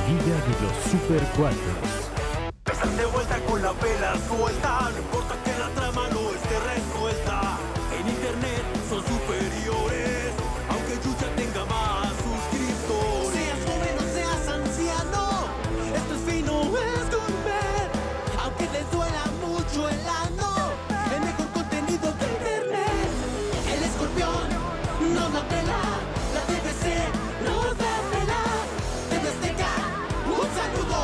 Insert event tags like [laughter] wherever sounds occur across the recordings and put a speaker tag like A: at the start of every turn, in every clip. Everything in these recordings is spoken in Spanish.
A: Los Super Cuates.
B: Están de vuelta con la vela suelta, no importa que la trama no esté resuelta. En internet son superiores, aunque Yuya tenga más suscriptores. Seas joven o seas anciano, esto es fino, es comer. Aunque les duela mucho el ano, el mejor contenido de internet. El escorpión no la pela, la TVC nos da pela. TV Azteca, un saludo,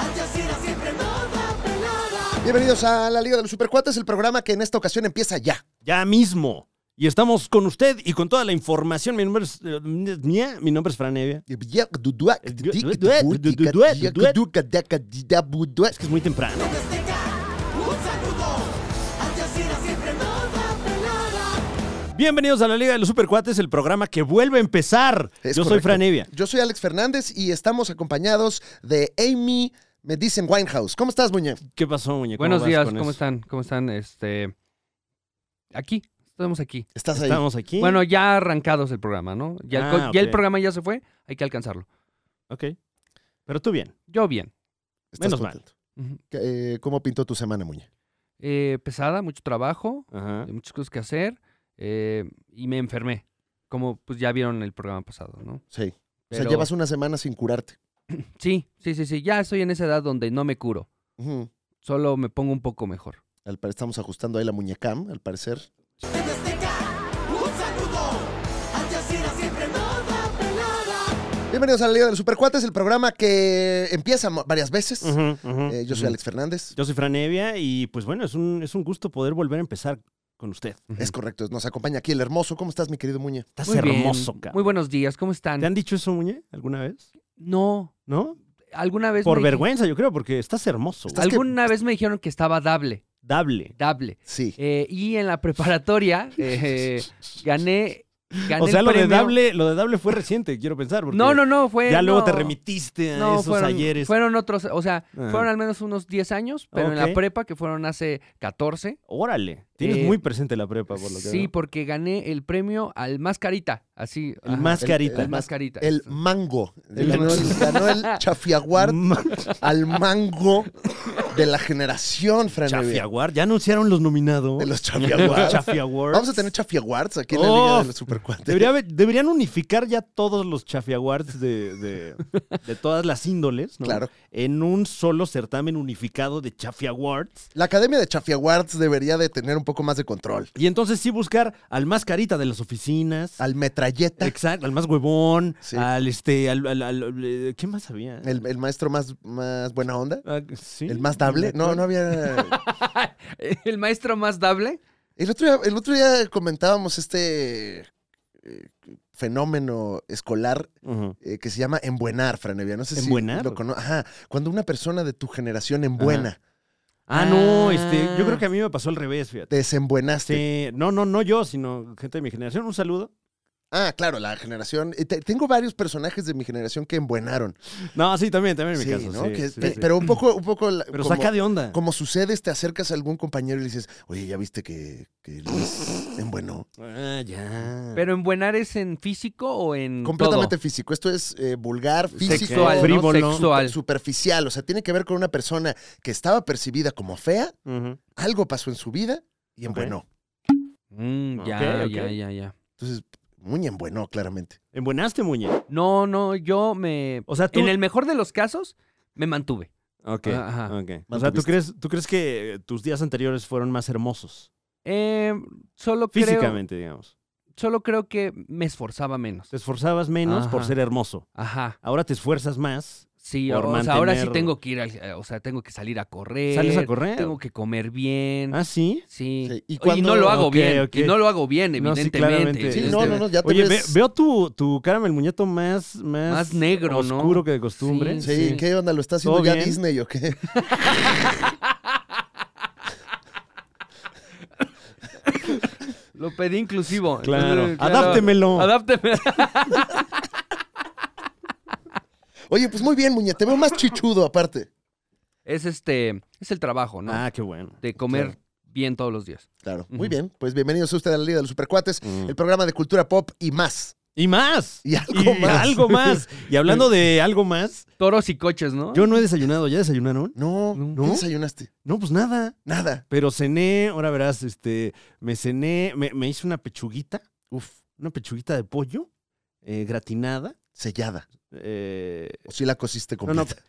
B: Al Jazeera siempre nos da pelada.
C: Bienvenidos a la Liga de los Supercuates, el programa que en esta ocasión empieza ya.
D: ya mismo. Y estamos con usted y con toda la información. Mi nombre es, eh, mi nombre es Fran Evia. Es que es muy temprano.
B: Desde Azteca, un saludo. Al Jazeera siempre nos da pelada.
D: Bienvenidos a la Liga de los Supercuates, el programa que vuelve a empezar.
C: Es
D: Yo soy
C: correcto.
D: Fran Evia.
C: Yo soy Alex Fernández y estamos acompañados de Amy, me dicen Winehouse. ¿Cómo estás, Muñe?
D: ¿Qué pasó, muñeco?
E: Buenos
D: vas
E: días,
D: con
E: ¿cómo
D: eso?
E: están? ¿Cómo están? Este. Aquí, estamos aquí.
C: ¿Estás ahí?
D: Estamos aquí.
E: Bueno, ya arrancados el programa, ¿no? Ya el, co-
D: Ah,
E: ya el
D: ok.
E: programa ya se fue, hay que alcanzarlo.
D: Ok. Pero tú bien.
E: Yo bien.
C: ¿Estás
D: menos mal.
E: Ujú.
C: ¿Qué- eh, ¿Cómo pintó tu semana, Muñe?
E: Eh, pesada, mucho trabajo,
D: Ajá.
E: eh, muchas cosas que hacer eh, y me enfermé. Como pues ya vieron en el programa pasado, ¿no?
C: Sí. O sea,
E: Pero-
C: llevas una semana sin curarte.
E: Sí, sí, sí, sí. Ya estoy en esa edad donde no me curo.
C: Ujú.
E: Solo me pongo un poco mejor.
C: Al pare- Estamos ajustando ahí la muñecam, al parecer.
B: Desde Azteca, un saludo. Al Jazeera siempre nos da pelada.
C: Bienvenidos a la Liga de los Supercuates, el programa que empieza mo- varias veces.
D: Ujú, ujú.
C: Eh, yo soy Alex Fernández.
D: Yo soy Fran Evia y pues bueno, es un, es un gusto poder volver a empezar con usted.
C: Es correcto, nos acompaña aquí el hermoso. ¿Cómo estás, mi querido Muñe?
D: Estás
E: Muy bien,
D: hermoso, cabrón.
E: Muy buenos días, ¿cómo
D: ¿Te
E: están?
D: han dicho eso, Muñe, alguna vez?
E: No,
D: ¿No?
E: alguna vez.
D: Por
E: me dije-
D: vergüenza, yo creo, porque estás hermoso. güey.
C: Estás- que-
E: Alguna vez me dijeron que estaba dable,
D: Dable.
E: dable.
C: Sí.
E: Eh, y en la
D: [laughs]
E: preparatoria eh, gané, gané
D: O sea,
E: el
D: lo de,
E: premio.
D: dable, lo de Dable fue reciente, quiero pensar. Porque
E: No, no, no, fue.
D: ya luego
E: no,
D: te remitiste a
E: no,
D: esos
E: fueron,
D: ayeres.
E: Fueron otros, o sea,
D: Ajá.
E: fueron al menos unos 10 años, pero en
D: Ok.
E: la prepa, que fueron hace 14.
D: Órale. Tienes
E: Eh,
D: muy presente la prepa, Pues, por lo que
E: Sí,
D: veo.
E: porque gané el premio al más carita, así.
D: El
E: ajá,
D: más
C: el-
D: carita.
C: [laughs]
E: al más carita.
C: El mango.
D: El- Mm.
C: ganó, el,
D: [laughs]
C: ganó el chafiaguar
D: Ma-
C: al mango de la generación, Fran Evia.
D: Chafiaguar. Ya anunciaron los nominados.
C: De los
D: Los [laughs]
C: chafiaguars.
D: Chafiaguars.
C: Vamos a tener chafiaguards aquí en la Liga de los Supercuates.
D: Debería haber- deberían unificar ya todos los chafiaguards de, de, de todas las índoles, ¿no?
C: Claro.
D: En un solo certamen unificado de chafiaguards.
C: La Academia de Chafiaguards debería de tener un poco más de control.
D: Y entonces sí buscar al más carita de las oficinas.
C: Al metralleta,
D: Exacto, al más huevón,
C: Sí.
D: al este, al, al- al- eh, ¿qué más había?
C: el, el maestro más, más buena onda.
D: Ah, sí.
C: El más dable. No, no había...
E: [laughs]
D: [laughs]
E: el maestro más dable.
C: El otro día, el otro día comentábamos este eh, fenómeno escolar
D: Ujú.
C: eh, que se llama embuenar, Franevia. No sé si
D: ¿Embuenar?
C: lo cono- Ajá, cuando una persona de tu generación embuena,
D: Ah, no,
E: Ah.
D: este, yo creo que a mí me pasó al revés, fíjate.
C: te desembuenaste.
D: Sí, no, no, no yo, sino gente de mi generación. Un saludo.
C: Ah, claro, la generación. eh, te- tengo varios personajes de mi generación que embuenaron.
D: No, sí, también, también en
C: Sí,
D: mi caso.
C: ¿no?
D: sí,
C: Que-
D: sí,
C: pe-
D: sí.
C: Pero un poco, un poco la-
D: Pero
C: como,
D: saca de onda.
C: como sucede, te acercas a algún compañero y le dices, oye, ya viste que, que Luis embuenó.
D: Ah, ya.
E: Pero en Buenar es en físico o en.
D: Mm,
C: Completamente frísico. físico. Esto es eh, vulgar,
E: todo?
C: físico.
E: sexual. ¿no?
D: frívolo.
E: Sexual.
C: superficial, o sea, tiene que ver con una persona que estaba percibida como fea,
D: Ujú.
C: algo pasó en su vida y
D: Ok.
C: embuenó.
E: Mm, ya,
D: Ok, ok.
E: ya, ya, ya.
C: Entonces, muy embuenó, claramente.
D: Embuenaste, Muñe.
E: No, no, yo me.
D: O sea, tú.
E: En el mejor de los casos, me mantuve.
D: Ok,
E: Ajá.
D: ok. O sea, ¿tú
C: Mantuviste.
D: crees, ¿tú crees que eh, tus días anteriores fueron más hermosos?
E: Eh, solo creo-
D: Físicamente, digamos.
E: solo creo que me esforzaba menos.
D: Te esforzabas menos por
E: Ajá.
D: ser hermoso.
E: Ajá.
D: Ahora te esfuerzas más.
E: Sí,
D: Por
E: o sea, ahora sí
D: mantener-
E: tengo que ir, al- eh, o sea, tengo que salir a correr.
D: Sales a correr.
E: Eh, Tengo que comer bien.
D: Ah, sí.
E: sí.
C: Sí, y
E: Y,
C: cuando-
E: no lo hago
D: Ok,
E: bien.
D: ok.
E: Y no lo hago bien,
D: No, sí,
E: evidentemente.
D: claramente. Este,
C: Sí,
D: Sí,
C: no,
E: evidentemente.
C: no, no, ya te
D: Oye, ve-
C: ves-
D: veo tu, tu caramel muñeto más, más,
E: Más negro,
D: oscuro
E: ¿no?
D: que de costumbre.
E: Sí.
C: Sí, ¿qué onda? ¿Lo está haciendo
D: ¿Todo
C: ya
D: bien?
C: Disney o qué? [laughs]
E: Lo pedí inclusivo.
D: Claro.
E: Entonces,
D: Adáptemelo.
E: Adápteme.
C: Oye, pues muy bien, muñe, te veo más chichudo aparte.
E: [laughs] es este, es el trabajo, ¿no?
D: Ah, qué bueno.
E: de comer
C: claro.
E: bien todos los días.
C: Claro, muy bien. Pues bienvenidos a usted a la Liga de los Supercuates,
D: Mm.
C: el programa de cultura pop y más.
D: Y más.
C: Y algo más.
D: algo más. Y hablando de algo más,
E: Toros y coches, ¿no?
D: yo no he desayunado. ¿Ya desayunaron?
C: No,
E: No.
C: no ¿qué desayunaste.
D: No, pues nada.
C: Nada.
D: Pero cené, ahora verás, este, me cené, me, me hice una pechuguita,
C: Uf,
D: una pechuguita de pollo eh, gratinada.
C: sellada.
D: eh,
C: O si la cociste
D: No, pues no.
C: completa.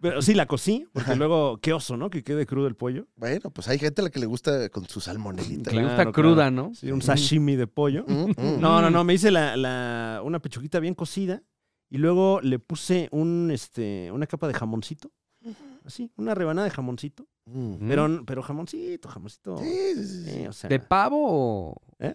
D: pero sí, la cocí, porque
C: Ajá.
D: luego, qué oso, ¿no? Que quede crudo el pollo.
C: Bueno, pues hay gente a la que le gusta con su salmonelita.
E: Que le gusta
D: Claro,
E: cruda,
D: claro.
E: ¿no?
D: Sí, un sashimi de pollo.
C: Mm, mm.
D: No, no, no, me hice la, la- una pechuguita bien cocida y luego le puse un, este, una capa de jamoncito. Así, una rebanada de jamoncito.
C: Mm.
D: Pero, pero jamoncito, jamoncito.
C: Sí, sí, sí, sí.
D: eh, o sea,
E: ¿De pavo o...?
D: ¿Eh?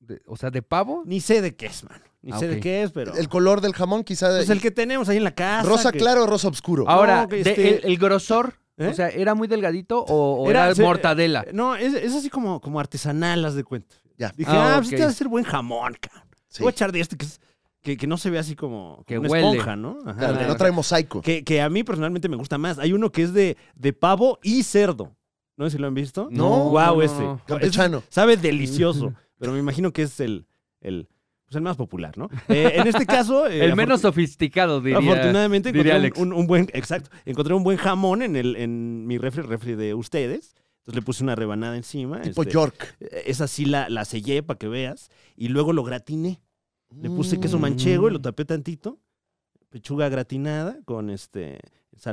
E: de- o sea, ¿de pavo?
D: ni sé de qué es, mano. Ni
E: Ah,
D: sé de
E: ok.
D: qué es, pero.
C: El color del jamón, quizá.
D: pues el que tenemos ahí en la casa.
C: rosa
D: que-
C: claro o rosa oscuro.
D: Ah,
E: Ahora,
D: que
E: de-
D: este-
E: el, el grosor,
D: ¿Eh?
E: o sea, ¿era muy delgadito o, o
D: Era- eh,
E: era,
D: se-
E: mortadela?
D: No, es, es así como, como artesanal, haz de cuenta.
C: Ya.
D: Dije, ah,
E: Ah,
D: pues
E: ok.
D: este va a ser buen jamón, cabrón.
C: Sí.
D: Voy a echar de este que, es- que, que no se ve así como
E: Que
D: una
E: huele.
D: esponja, ¿no? Ajá.
C: Claro, que no trae mosaico.
D: que, que a mí personalmente me gusta más. Hay uno que es de, de pavo y cerdo. No sé si lo han visto.
E: No,
D: Wow,
E: no,
D: ese.
E: no.
C: Campechano.
D: Ese sabe delicioso. [laughs] pero me imagino que es el, el, pues el más popular, ¿no? Eh, en este
E: [laughs]
D: caso. eh,
E: El menos
D: afortun-
E: sofisticado, diría.
D: Afortunadamente encontré
E: diría
D: un-
E: Alex.
D: un, un buen, exacto, encontré un buen jamón en el, en mi refri, refri de ustedes. Entonces le puse una rebanada encima.
C: Tipo
D: este,
C: York.
D: Esa sí la, la sellé para que veas. Y luego lo gratiné. Le
C: Mm.
D: puse queso manchego y lo tapé tantito. Pechuga gratinada con este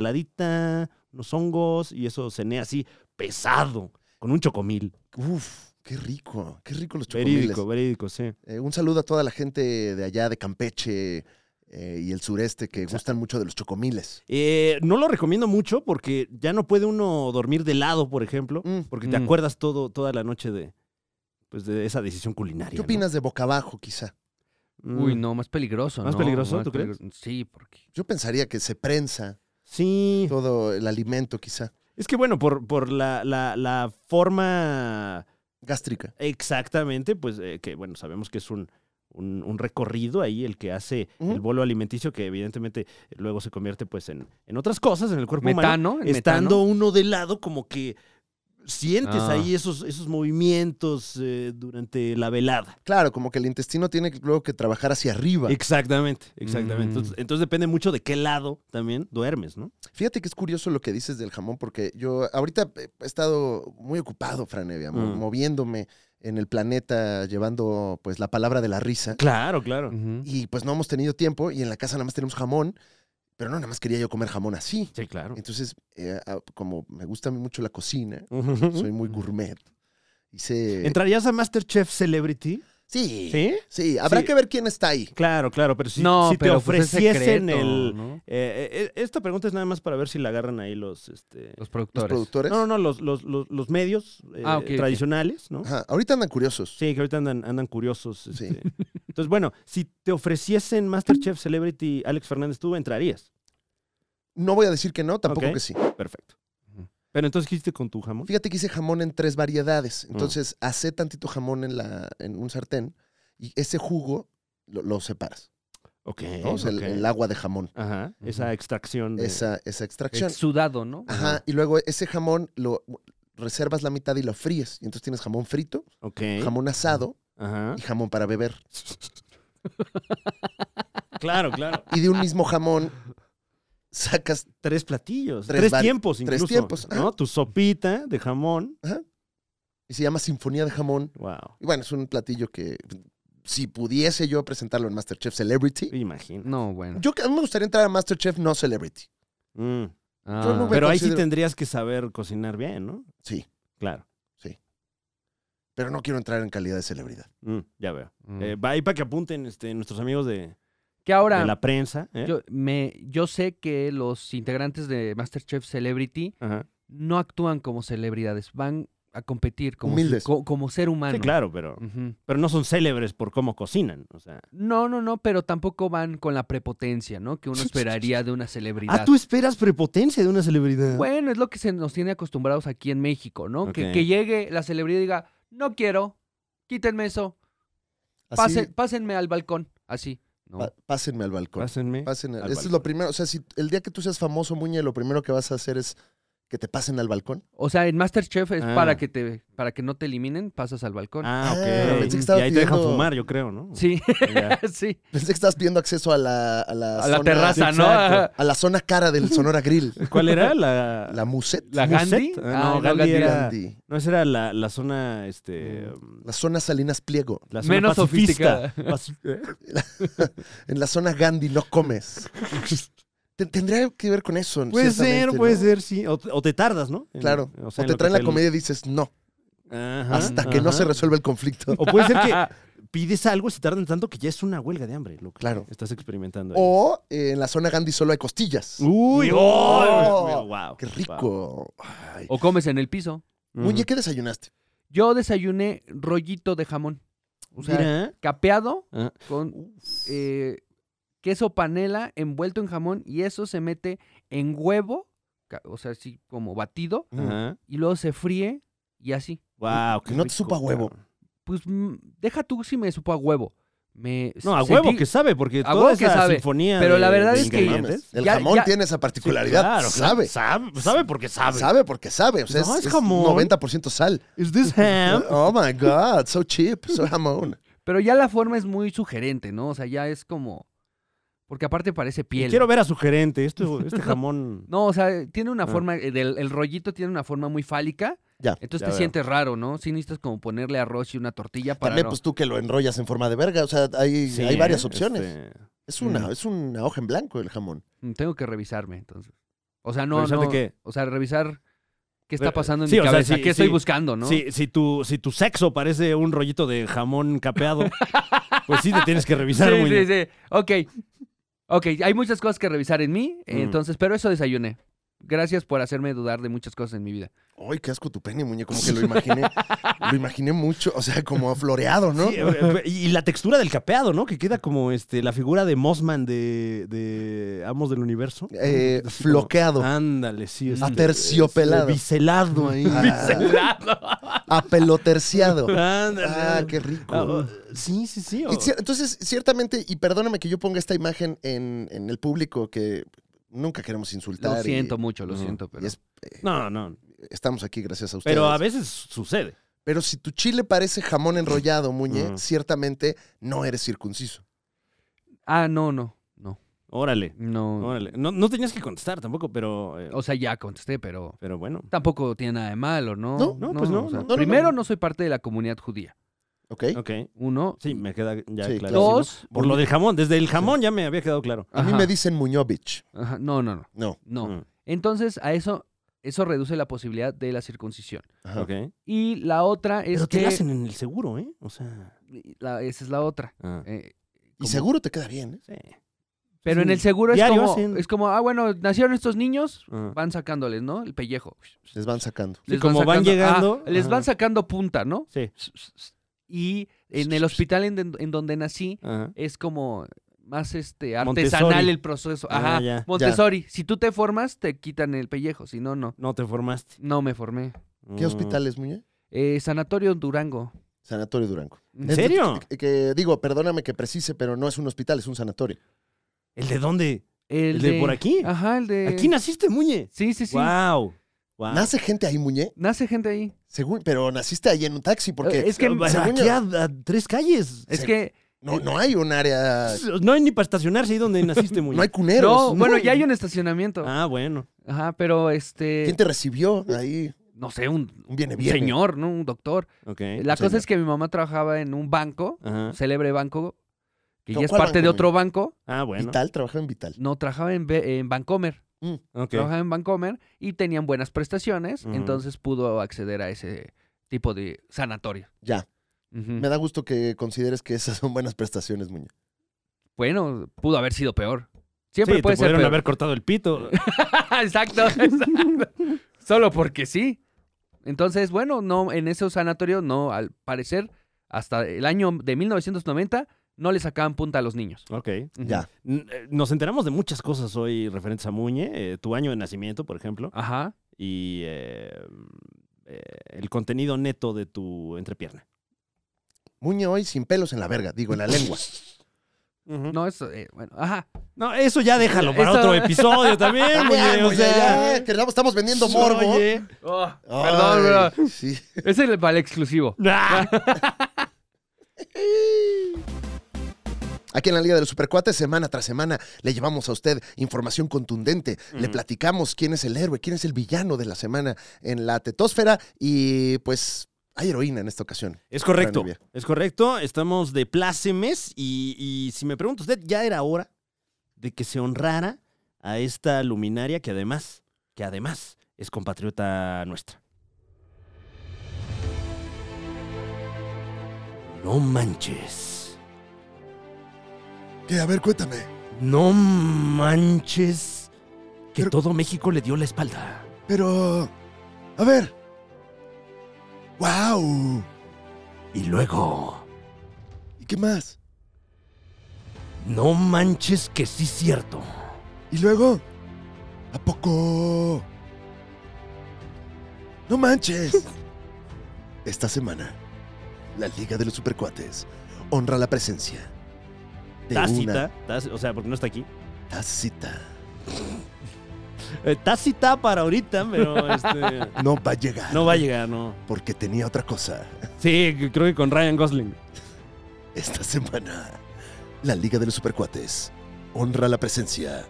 D: ensaladita, unos hongos y eso cené así pesado con un chocomil.
C: Uf, qué rico. Qué rico los chocomiles.
D: Verídico, verídico, sí.
C: Eh, un saludo a toda la gente de allá, de Campeche eh, y el sureste, que gustan mucho de los chocomiles.
D: Eh, no lo recomiendo mucho porque ya no puede uno dormir de lado, por ejemplo,
C: Mm.
D: porque te
E: Mm.
D: acuerdas todo toda la noche de pues de esa decisión culinaria.
C: ¿Qué opinas de boca abajo, quizá?
D: ¿no?
E: Uy,
D: Mm.
E: no, más peligroso.
D: ¿Más
E: no,
D: peligroso, tú
E: peligro- Sí, porque...
C: Yo pensaría que se prensa
D: Sí.
C: todo el alimento, quizá.
D: Es que bueno, por, por la, la- la forma
C: Gástrica.
D: exactamente, pues eh, que bueno, sabemos que es un, un, un recorrido ahí el que hace
C: Ujú.
D: el bolo alimenticio que evidentemente eh, luego se convierte pues en, en otras cosas en el cuerpo humano.
E: Metano, el
D: Estando
E: metano.
D: uno de lado como que sientes
E: Ah.
D: ahí esos, esos movimientos eh, durante la velada.
C: Claro, como que el intestino tiene que- luego que trabajar hacia arriba.
D: Exactamente, exactamente.
E: Mm.
D: Entonces, entonces depende mucho de qué lado también duermes, ¿no?
C: Fíjate que es curioso lo que dices del jamón, porque yo ahorita he estado muy ocupado, Franevia, mo-
D: Mm.
C: moviéndome en el planeta, llevando pues la palabra de la risa.
D: Claro, claro.
E: Ujú.
C: Y pues no hemos tenido tiempo y en la casa nada más tenemos jamón, pero no, nada más quería yo comer jamón así.
D: Sí, claro.
C: Entonces, eh, a- como me gusta a mí mucho la cocina,
D: Ujú.
C: soy muy gourmet. Hice...
D: ¿Entrarías a Masterchef Celebrity?
C: Sí, sí,
D: ¿Sí?
C: habrá
D: Sí.
C: que ver quién está ahí.
D: Claro, claro, pero si,
E: no,
D: si te
E: pero pues, es
D: ofreciesen
E: secreto,
D: el...
E: ¿no?
D: eh, eh, esta pregunta es nada más para ver si la agarran ahí los... Este...
E: Los
C: Los
E: productores.
C: productores.
D: No, no, no, los, los, los, los medios eh,
E: Ah, ok, ok.
D: tradicionales, ¿no?
C: Ajá, Ahorita andan curiosos.
D: Sí, que ahorita andan, andan curiosos.
C: Sí.
D: este. Entonces, bueno, si te ofreciesen Masterchef Celebrity Alex Fernández, tú entrarías.
C: No voy a decir que no, tampoco
D: Ok.
C: que sí.
D: Perfecto.
E: Ujú.
D: Pero entonces, ¿qué hiciste con tu jamón?
C: Fíjate que hice jamón en tres
D: Mm.
C: variedades. Entonces, hacé tantito jamón en, la, en un sartén y ese jugo lo, lo separas.
D: Ok.
C: ¿no? O sea, el-
D: ok.
C: el, agua de jamón.
D: Ajá,
E: Ujú.
D: esa extracción. de-
C: Esa, esa extracción.
E: Exudado, ¿no?
D: Ah,
C: Ajá. Y luego ese jamón lo reservas la mitad y lo fríes. Y entonces tienes jamón frito,
D: Ok.
C: jamón asado
D: Ajá.
C: [laughs] y jamón para beber.
D: Claro, claro.
C: Y de un mismo jamón sacas
D: Tres platillos. Tres,
C: Tres vari-
D: tiempos
C: tres
D: incluso.
C: tiempos, ajá.
D: ¿No? Tu sopita de jamón.
C: y se llama sinfonía de jamón.
D: Wow.
C: Y bueno, es un platillo que si pudiese yo presentarlo en MasterChef Celebrity,
D: Imagino.
E: No, bueno.
C: yo a mí me gustaría entrar a MasterChef no Celebrity.
D: Mm.
C: yo no
E: Ah.
C: Me
D: Pero ahí sí
C: considero-
D: tendrías que saber cocinar bien, ¿no?
C: Sí,
D: Claro.
C: pero no quiero entrar en calidad de celebridad.
D: Mm, ya veo.
E: Mm.
D: Eh, va ahí para que apunten este, nuestros amigos de,
E: que ahora...
D: de la prensa. ¿eh?
E: Yo, me, yo sé que los integrantes de Masterchef Celebrity
D: Ajá.
E: no actúan como celebridades, van a competir como,
C: Humildes.
E: co- como ser humano.
D: Sí, claro, pero,
E: Ujú.
D: pero no son célebres por cómo cocinan. O sea.
E: No, no, no, pero tampoco van con la prepotencia, ¿no? Que uno esperaría de una celebridad.
D: Ah, tú esperas prepotencia de una celebridad.
E: Bueno, es lo que se nos tiene acostumbrados aquí en México, ¿no? Que-
D: Ok.
E: Que, llegue la celebridad y diga, no quiero, quítenme eso,
C: Así,
E: pase- pásenme al balcón, así. ¿no?
C: pa- pásenme al balcón.
D: Pásenme.
C: Pásenme.
D: al
C: Eso es
D: balcón.
C: lo primero. O sea, si el día que tú seas famoso, Muñe, lo primero que vas a hacer es que te pasen al balcón.
E: O sea, en Masterchef es
D: Ah.
E: para que te para que no te eliminen, pasas al balcón.
D: Ah, ok.
C: Ah, pensé que
D: y
C: estaba
D: ahí te dejan
C: pidiendo-
D: fumar, yo creo, ¿no?
E: Sí,
D: [laughs]
E: [laughs]
D: Ya.
E: sí.
C: Pensé que estabas pidiendo acceso a la, a la,
E: A la
C: zona-
E: terraza, ¿no?
D: exacto.
C: A la zona cara del Sonora Grill.
D: ¿Cuál era? [laughs] La,
C: La Muset.
E: La
D: ¿Muset?
E: Gandhi.
D: Ah,
E: Ah,
D: no, Gandhi era-
C: Gandhi.
D: No, esa era la, la zona, este...
C: La zona Salinas Pliego.
D: La zona
E: Mm. Menos
D: pacifista.
C: En la zona Gandhi no comes. Te- Tendría que ver con eso.
D: Puede
C: ciertamente,
D: ser, puede
C: ¿no?
D: ser, sí. O, te- o te tardas, ¿no? En-
C: Claro.
D: o
C: O,
D: sea, en
C: te
D: lo que
C: traen la comedia y dices no,
D: Ajá,
C: hasta que no
D: ajá.
C: se resuelve el conflicto.
D: O puede ser
C: [laughs]
D: que pides algo y se tardan tanto que ya es una huelga de hambre. Lo que
C: Claro.
D: Estás experimentando. ahí.
C: O eh, en la zona Gandhi solo hay costillas.
D: ¡Uy!
C: No.
D: ¡Oh! Wow,
C: ¡Qué rico! Ay.
E: [laughs] O comes en el piso.
C: Muñe, ¿qué desayunaste?
E: Yo desayuné rollito de jamón. O sea,
D: Mira.
E: capeado
D: Ah.
E: con eh, queso panela envuelto en jamón y eso se mete en huevo, ca- o sea, así como batido,
D: Ajá.
E: y luego se fríe y así.
D: Wow, qué
C: No te
D: rico,
C: supo a huevo.
D: cabrón.
E: Pues mm, deja tú si me supo a huevo. Me
D: No, a
E: sentí-
D: huevo que sabe, porque
E: A
D: toda
E: huevo que
D: esa
E: sabe,
D: sinfonía
E: pero
D: de-
E: la verdad
D: de
E: es que-
D: ingredientes.
C: El
E: Ya-
C: jamón
E: ya-
C: tiene esa
D: Sí,
C: particularidad.
D: claro, claro.
C: sabe.
D: sabe. Sabe porque sabe.
C: Sabe porque sabe. O sea,
D: No,
C: es,
D: es
C: es
D: jamón.
C: 90% sal.
D: ¿Is this ham?
C: [laughs] Oh my God, so cheap, so jamón.
E: Pero ya la forma es muy sugerente, ¿no? O sea, ya es como... Porque aparte parece
D: Y
E: piel.
D: Quiero ver a su gerente. Esto, este
C: [laughs]
D: jamón.
E: No, o sea, tiene una
D: Ah.
E: forma, el, el rollito tiene una forma muy fálica.
C: Ya.
E: Entonces
D: Ya
E: te
D: veo.
E: sientes raro, ¿no? Sí necesitas como ponerle arroz y una tortilla para...
C: También,
E: no-
C: pues tú que lo enrollas en forma de verga. O sea, hay,
D: Sí,
C: hay varias
D: ¿eh?
C: opciones.
D: Este,
C: Es, una,
D: Mm.
C: es una hoja en blanco el jamón.
E: Mm, Tengo que revisarme, entonces. O sea, no,
D: ¿Revisar de
E: no-
D: qué?
E: O sea, revisar qué está
D: Pero,
E: pasando en
D: sí,
E: mi
D: o sea,
E: cabeza,
D: sí,
E: qué estoy
D: sí.
E: buscando, ¿no?
D: si, si, tu, si tu sexo parece un rollito de jamón capeado,
E: [laughs]
D: pues sí te tienes que
E: [laughs] sí,
D: revisar,
E: sí,
D: Muñe.
E: sí. Ok. Ok, hay muchas cosas que revisar en mí,
D: Mm.
E: entonces, pero eso desayuné. Gracias por hacerme dudar de muchas cosas en mi vida.
C: Ay, qué asco tu pene, muñeco. Como que lo [laughs] imaginé. lo imaginé mucho. O sea, como floreado, ¿no?
D: Sí, eh, eh, y la textura del capeado, ¿no? Que queda como este, la figura de Mossman de, de Amos del Universo.
C: Eh,
D: Así como-
C: floqueado.
D: Ándale, sí. este,
C: Aterciopelado.
D: este, biselado
C: [laughs]
D: ahí. [laughs]
C: Apeloterciado.
D: Ándale.
C: [laughs] Ah, qué rico.
D: Ah, oh, sí, sí, sí. oh.
C: Y cier- Entonces, ciertamente, y perdóname que yo ponga esta imagen en, en el público que nunca queremos insultar.
E: Lo
C: y-
E: siento mucho, lo
D: No.
E: siento,
C: y
E: pero...
C: es-
D: No, no.
C: estamos aquí gracias a ustedes.
D: Pero a veces sucede.
C: Pero si tu chile parece jamón enrollado, Muñe,
D: Ujú.
C: ciertamente no eres circunciso.
E: Ah, no, no, no,
D: Órale.
E: no.
D: Órale. No, no tenías que contestar tampoco, pero. eh,
E: O sea, ya contesté, pero
D: pero bueno.
E: tampoco tiene nada de malo, ¿no?
C: No,
D: no, pues no,
E: o sea,
D: no, no,
C: no,
E: primero
C: no.
E: no soy parte de la comunidad judía.
C: ¿Ok?
D: Ok.
E: Uno.
D: Mm. Sí, me queda ya claro.
C: Sí, claro.
E: Dos.
D: Por lo del jamón. Desde el jamón ya me había quedado claro.
C: A mí
E: Ajá,
C: me dicen Muñovich.
E: ajá, No, no, no,
C: No.
E: no.
D: Mm,
E: Entonces, a eso, eso reduce la posibilidad de la circuncisión.
C: Ajá.
D: Ok.
E: Y la otra es
D: Pero
E: que.
D: te la hacen en el seguro, ¿eh? O sea.
E: la- esa es la otra.
D: ah,
E: Eh,
C: Y
E: como-
C: seguro te queda bien. ¿eh?
D: sí.
E: Pero en el seguro es
D: Diario
E: como,
D: hacen.
E: es como, ah, bueno, nacieron estos niños,
D: Ah.
E: van sacándoles, ¿no? El pellejo.
C: Les van sacando.
D: Sí, como van
E: sacando-
D: llegando,
E: ah, les
D: ajá.
E: van sacando punta, ¿no?
D: Sí.
E: Y en el hospital en, en donde nací
D: Ajá.
E: es como más este artesanal
D: Montessori.
E: el proceso.
D: Ah,
E: Ajá.
D: ya.
E: Montessori, si tú te formas, te quitan el pellejo. Si no, no.
D: No te formaste.
E: No me formé.
C: ¿Qué
D: Mm.
C: hospitales, Muñe?
E: Eh, sanatorio Durango.
C: Sanatorio Durango.
D: ¿En serio?
C: Que, que- digo, perdóname que precise, pero no es un hospital, es un sanatorio.
D: ¿El de dónde?
E: El,
D: ¿El de por aquí?
E: Ajá, el de.
D: Aquí naciste, Muñe.
E: Sí, Eh, sí, sí.
D: Wow. wow.
C: ¿Nace gente ahí, Muñe?
E: Nace gente ahí.
C: Según, pero naciste ahí en un taxi, porque
E: Eh, es que,
D: Bueno,
C: según
D: aquí
C: yo-
D: a, a tres calles.
E: es
C: se-
E: que
C: no, no hay un área.
D: No hay ni para estacionarse ahí donde [laughs] naciste, Muñe.
C: No hay cuneros.
E: no,
C: No.
E: bueno, ya hay un estacionamiento.
D: Ah, bueno.
E: Ajá, pero este
C: ¿Quién te recibió ahí?
E: no sé, un,
C: Un viene
E: un
C: bien.
E: señor, ¿no? Un doctor.
D: Ok.
E: La cosa es que mi mamá trabajaba en un banco,
D: Ajá.
E: un célebre banco, que ya
C: ¿Con
E: es
C: cuál
E: parte de
C: banco,
E: otro banco.
D: Ah, bueno.
C: Vital, trabajaba en Vital.
E: No, trabajaba en, Be- en Bancomer.
D: Ok.
E: Trabajaba en Bancomer y tenían buenas prestaciones,
D: Ujú.
E: entonces pudo acceder a ese tipo de sanatorio.
C: Ya.
E: Ujú.
C: Me da gusto que consideres que esas son buenas prestaciones, Muñe.
E: Bueno, pudo haber sido peor.
D: Sí,
E: Siempre
D: te
E: puede ser
D: pudieron
E: peor.
D: haber cortado el
E: [laughs]
D: pito.
E: exacto, exacto. Solo porque sí. Entonces, bueno, no, en ese sanatorio, no, al parecer, hasta el año de 1990, no le sacaban punta a los niños.
D: ok.
E: Ujú.
C: Ya.
D: N- eh, Nos enteramos de muchas cosas hoy referentes a Muñe. eh, tu año de nacimiento, por ejemplo.
E: Ajá.
D: Y eh, eh, el contenido neto de tu entrepierna.
C: Muñe hoy sin pelos en la verga, digo, en la lengua.
D: Ujú. no.
E: No, eso, eh, bueno, ajá.
D: eso ya déjalo para
E: Eso-
D: otro episodio también,
C: Oye,
D: muñe, o sea,
C: Ah, ya, que estamos-
D: [laughs]
C: estamos vendiendo morbo.
D: Oye.
E: perdón,
C: Ay,
E: bro.
C: Sí.
E: Ese es el- para el exclusivo.
D: Ah.
C: Aquí en la Liga de los Supercuates, semana tras semana, le llevamos a usted información contundente. Le platicamos quién es el héroe, quién es el villano de la semana en la tetósfera. Y pues hay heroína en esta ocasión.
D: Es correcto,
C: Para Nubia.
D: es correcto. Estamos de plácemes y, y si me pregunta usted, ya era hora de que se honrara a esta luminaria que además, que además es compatriota nuestra. No manches,
C: Que, a ver, cuéntame.
D: no manches que
C: Pero-
D: todo México le dio la espalda.
C: Pero. A ver. ¡Wow!
D: Y luego...
C: ¿Y qué más?
D: No manches que sí cierto.
C: ¿Y luego? ¿A poco? No manches. [laughs] Esta semana, la Liga de los Supercuates honra la presencia de
D: Tácita,
C: una
D: tácita, o sea, porque no está aquí.
C: tacita.
D: Eh, tácita para ahorita, [laughs] pero este,
C: No va a llegar.
D: no va a llegar, no.
C: Porque tenía otra cosa.
D: Sí, creo que con Ryan Gosling.
C: Esta semana, la Liga de los Supercuates honra la presencia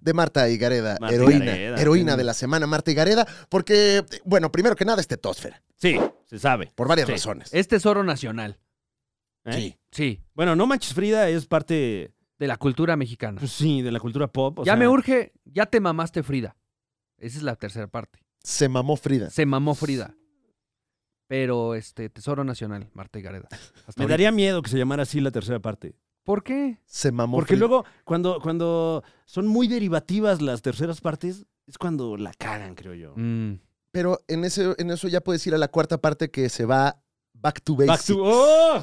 C: de Marta Higareda,
D: Marta
C: heroína,
D: Higareda.
C: heroína de la semana, Marta Higareda, porque, bueno, primero que nada es tetósfera,
D: Sí, se sabe.
C: por varias
D: Sí.
C: razones.
E: Es tesoro nacional.
D: ¿eh?
C: Sí.
E: Sí,
D: Bueno, No Manches Frida es parte,
E: de la cultura mexicana.
D: pues sí, de la cultura pop. o
E: ya
D: sea,
E: me urge, ya te mamaste Frida. Esa es la tercera parte.
C: Se mamó Frida.
E: Se mamó Frida. Pero este Tesoro Nacional, Marta Gareda.
D: Me daría miedo que se llamara así la tercera parte.
E: ¿Por qué?
C: Se mamó
D: Porque
C: Frida.
D: luego, cuando, cuando son muy derivativas las terceras partes, es cuando la cagan, creo yo.
E: Mm,
C: Pero en, ese, en eso ya puedes ir a la cuarta parte que se va back to basics.
D: Back to- [laughs] ¡Oh!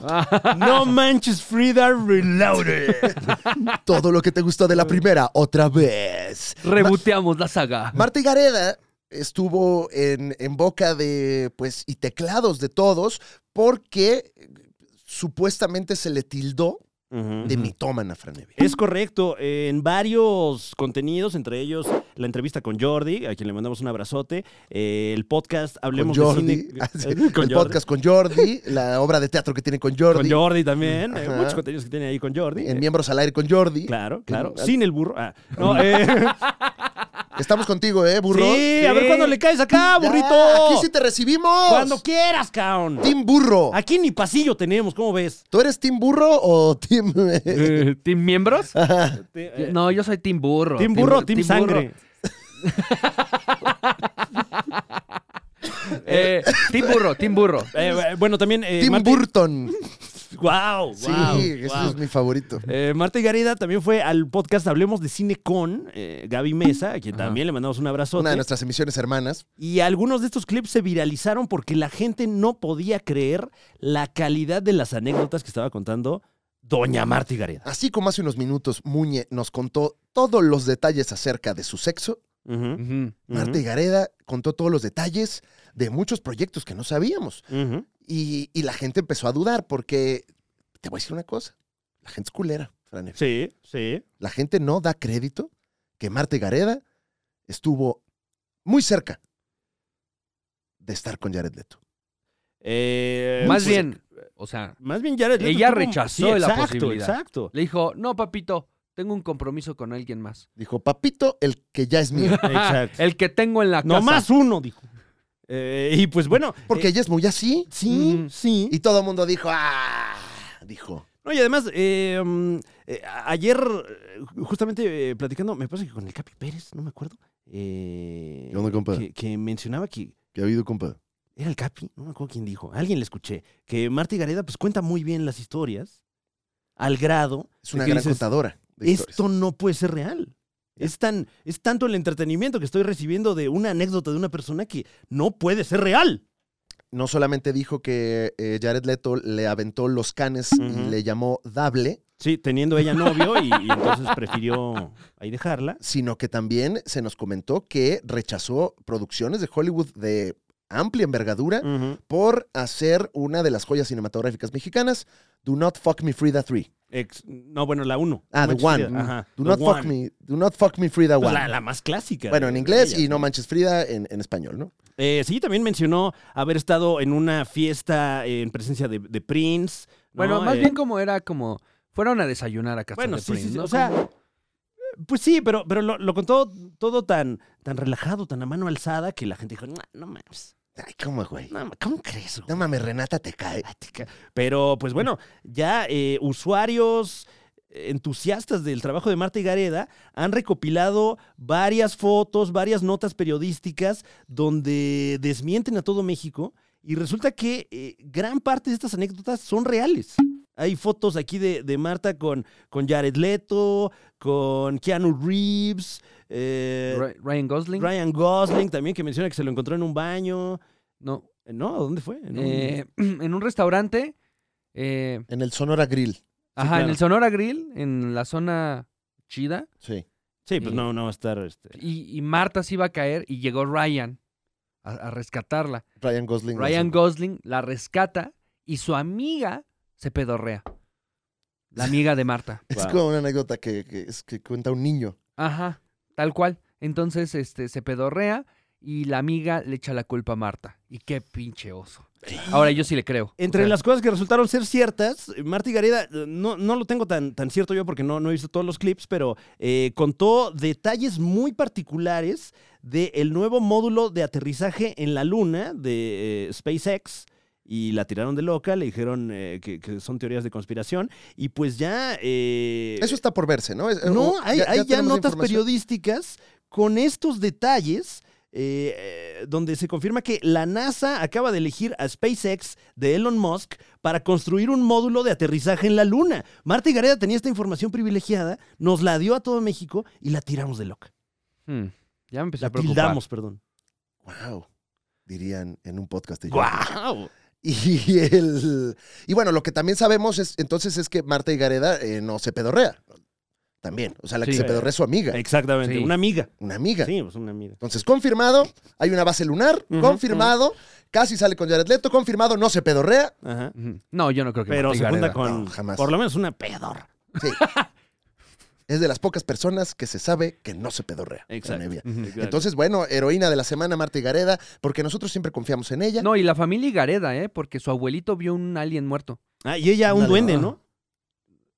D: No Manches Frida Reloaded.
C: [laughs] Todo lo que te gustó de la primera, otra vez.
E: Reboteamos la saga.
C: Marta Higareda estuvo en, en boca de, pues, y teclados de todos porque eh, supuestamente se le tildó
D: Ujú.
C: de mitómana, Franevia.
D: Es correcto, eh, en varios contenidos, entre ellos la entrevista con Jordi, a quien le mandamos un abrazote, eh, el podcast
C: Con
D: Hablemos de
C: Jordi, [laughs]
D: Cine.
C: Ah, sí,
D: eh, [laughs] con
C: el
D: Jordi.
C: podcast con Jordi, la obra de teatro que tiene con Jordi,
D: Con Jordi también, eh,
C: Ajá.
D: muchos contenidos que tiene ahí con Jordi.
C: en
D: eh,
C: Miembros al Aire con Jordi.
D: Claro, claro.
C: En-
D: Sin el burro. Ah, no, eh,
C: Estamos contigo, ¿eh, [laughs] burro?
D: sí, a ver
E: Sí.
D: cuándo le caes acá,
C: Ya,
D: burrito.
C: Aquí sí te recibimos.
D: Cuando quieras, caón.
C: Team Burro.
D: Aquí ni pasillo tenemos, ¿cómo ves?
C: ¿Tú eres Team Burro o Team.?
E: Eh, ¿Team miembros?
C: Ajá.
D: Eh,
E: No, yo soy Team Burro.
D: Team burro, team, sangre.
E: burro. Eh, team Burro, Team Burro.
D: Eh, bueno, también. Eh,
C: Team
D: Marta-
C: Burton.
D: Guau,
C: Sí,
D: guau,
C: ese
D: guau.
C: es mi favorito.
D: Eh, Marta Gareda también fue al podcast Hablemos de Cine con eh, Gaby Mesa, a quien
E: Ajá.
D: también le mandamos un abrazote.
C: Una de nuestras emisiones hermanas.
D: Y algunos de estos clips se viralizaron porque la gente no podía creer la calidad de las anécdotas que estaba contando Doña Marta Gareda.
C: Así como hace unos minutos Muñe nos contó todos los detalles acerca de su sexo,
D: Ujú,
E: Ujú.
C: Marta Gareda contó todos los detalles de muchos proyectos que no sabíamos.
D: ujú.
C: Y, y la gente empezó a dudar porque, te voy a decir una cosa, la gente es culera, Fran Evia.
D: Sí, sí.
C: La gente no da crédito que Marta Gareda estuvo muy cerca de estar con Jared Leto.
D: Eh,
E: Más
D: pues,
E: bien, o sea,
D: Más bien Jared Leto
E: Ella
D: tuvo-
E: rechazó la
D: exacto,
E: posibilidad.
D: Exacto.
E: le dijo, no, papito, tengo un compromiso con alguien más.
C: Dijo, papito, el que ya es
D: [laughs]
C: mío.
D: Exacto.
E: [laughs] El que tengo en la casa.
D: No más uno, dijo. Eh, y pues bueno.
C: Porque
D: eh,
C: ella es muy así.
D: sí,
E: Ujú.
D: sí.
C: Y todo el mundo dijo, ah, dijo.
D: No, y además, eh, mm, eh, a- ayer, eh, justamente eh, platicando, me parece que con el Capi Pérez, no me acuerdo. eh,
C: ¿Qué onda, compa?
D: Que, que mencionaba que
C: ¿Qué ha habido, compa?
D: era el Capi, no me acuerdo quién dijo. a Alguien le escuché. Que Marta Gareda, pues cuenta muy bien las historias, al grado.
C: Es
D: de
C: una
D: que
C: gran
D: dices,
C: contadora. de historias.
D: Esto no puede ser real. Es, tan, es tanto el entretenimiento que estoy recibiendo de una anécdota de una persona que no puede ser real.
C: No solamente dijo que eh, Jared Leto le aventó los canes
D: Ujú.
C: y le llamó Dable,
D: Sí, teniendo ella novio y, y entonces prefirió ahí
C: [laughs]
D: dejarla.
C: sino que también se nos comentó que rechazó producciones de Hollywood de amplia envergadura
D: Ujú.
C: por hacer una de las joyas cinematográficas mexicanas, Do Not Fuck Me Frida 3.
D: Ex- no, bueno, la 1.
C: Ah, The One.
D: Ajá.
C: Do
D: The
C: Not Fuck
D: One.
C: Me, Do Not Fuck Me Frida
D: Pues
C: 1.
D: la, la más clásica.
C: bueno,
D: de-
C: en
D: de
C: inglés
D: ellas,
C: y No Manches Frida en, en español, ¿no?
D: Eh, sí, también mencionó haber estado en una fiesta en presencia de, de Prince. ¿no?
E: Bueno, más
D: Eh,
E: bien como era como. Fueron a desayunar a casa
D: Bueno,
E: de
D: sí,
E: Prince,
D: sí, sí,
E: ¿no?
D: o sea, pues sí, pero, pero lo, lo contó todo tan, tan relajado, tan a mano alzada, que la gente dijo, no, no mames,
C: Ay, ¿cómo, güey?
D: no, mames, ¿cómo crees? güey?
C: No mames, Renata te cae.
D: Ay, te ca- Pero pues bueno, ya eh, usuarios eh, entusiastas del trabajo de Marta y Gareda han recopilado varias fotos, varias notas periodísticas donde desmienten a todo México y resulta que eh, gran parte de estas anécdotas son reales. Hay fotos aquí de, de Marta con, con Jared Leto, con Keanu Reeves, eh,
E: Ra- Ryan Gosling.
D: Ryan Gosling también que menciona que se lo encontró en un baño.
E: No.
D: Eh, ¿No? ¿Dónde fue? En un-
E: eh, [clears throat] en un restaurante. eh,
C: En el Sonora Grill.
E: ajá, en
D: claro.
E: el Sonora Grill, en la zona chida.
C: Sí.
D: Sí, pues
E: eh,
D: no, no va a estar... Este...
E: Y, y Marta se iba a caer y llegó Ryan a, a rescatarla.
C: Ryan Gosling.
E: Ryan
C: Gosling.
E: Gosling la rescata y su amiga se pedorrea. La amiga de Marta.
C: Es
D: Wow.
C: como una anécdota que, que es que cuenta un niño.
E: Ajá, tal cual. Entonces, este, se pedorrea y la amiga le echa la culpa a Marta. Y qué pinche oso. Ahora yo sí le creo.
D: Entre
E: O sea,
D: las cosas que resultaron ser ciertas, eh, Marta Gareda, no, no lo tengo tan, tan cierto yo porque no, no he visto todos los clips, pero eh, contó detalles muy particulares del nuevo módulo de aterrizaje en la Luna de eh, SpaceX. Y la tiraron de loca, le dijeron eh, que, que son teorías de conspiración. Y pues ya... eh,
C: Eso está por verse, ¿no? Es-
D: no,
C: eh, o-
D: hay hay ya,
C: tenemos la
D: notas
C: información.
D: periodísticas con estos detalles. eh, eh, donde se confirma que la NASA acaba de elegir a SpaceX de Elon Musk para construir un módulo de aterrizaje en la Luna. Marta y Gareda tenía esta información privilegiada, nos la dio a todo México y la tiramos de loca.
E: hmm, ya me empecé
D: La
E: a preocupar.
D: tildamos, perdón.
C: Wow. Dirían en un podcast. de yo.
D: ¡Guau!
C: [laughs] Y el. Y bueno, lo que también sabemos es entonces es que Marta y Gareda eh, no se pedorrea. También. O sea, la que
E: Sí.
C: se pedorrea es su amiga,
D: Exactamente,
E: Sí.
D: una amiga.
C: una amiga.
D: Sí, pues una amiga.
C: Entonces, confirmado, hay una base lunar,
D: Ujú,
C: confirmado, casi sale con Jared Leto, confirmado, no se pedorrea.
D: Ajá.
E: Ujú. No, yo no creo que
D: Pero
E: Marta
D: se junta
E: Higareda.
D: con
C: No, jamás.
D: por lo menos una pedor. [laughs]
C: Es de las pocas personas que se sabe que no se pedorrea. en
D: Exacto.
C: Evia.
E: Ujú.
C: Entonces, bueno, heroína de la semana, Marta y Gareda, porque nosotros siempre confiamos en ella.
E: No, y la familia Higareda, ¿eh? Porque su abuelito vio un alien muerto.
D: Ah, y ella un
C: Ándale,
D: duende,
C: ajá.
D: ¿no?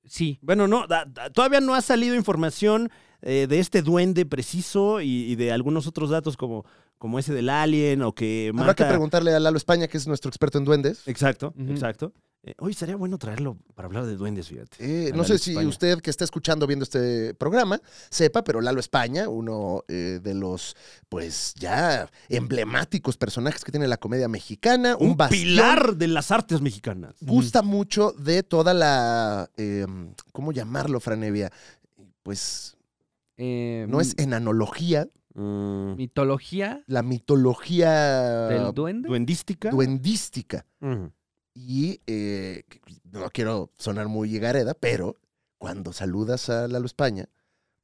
E: Sí.
D: Bueno, no, da- da- todavía no ha salido información eh, de este duende preciso y, y de algunos otros datos como, como ese del alien o que
C: Habrá que
D: Marta...
C: preguntarle a Lalo España, que es nuestro experto en duendes.
D: Exacto,
E: Ujú.
D: exacto. Eh, hoy sería bueno traerlo para hablar de duendes, fíjate.
C: Eh,
D: A
C: no sé
D: Lalo
C: si
D: España.
C: usted que está escuchando viendo este programa sepa, pero Lalo España, uno eh, de los pues ya emblemáticos personajes que tiene la comedia mexicana, un,
D: Un
C: bastión,
D: pilar de las artes mexicanas.
C: gusta mucho de toda la eh, ¿cómo llamarlo, Franevia? Pues
E: eh,
C: no es enanología,
D: Mm,
E: Mitología
C: la mitología
E: del duende.
D: ¿Duendística?
C: duendística.
D: Ujú.
C: Y eh, no quiero sonar muy higareda, pero cuando saludas a Lalo España,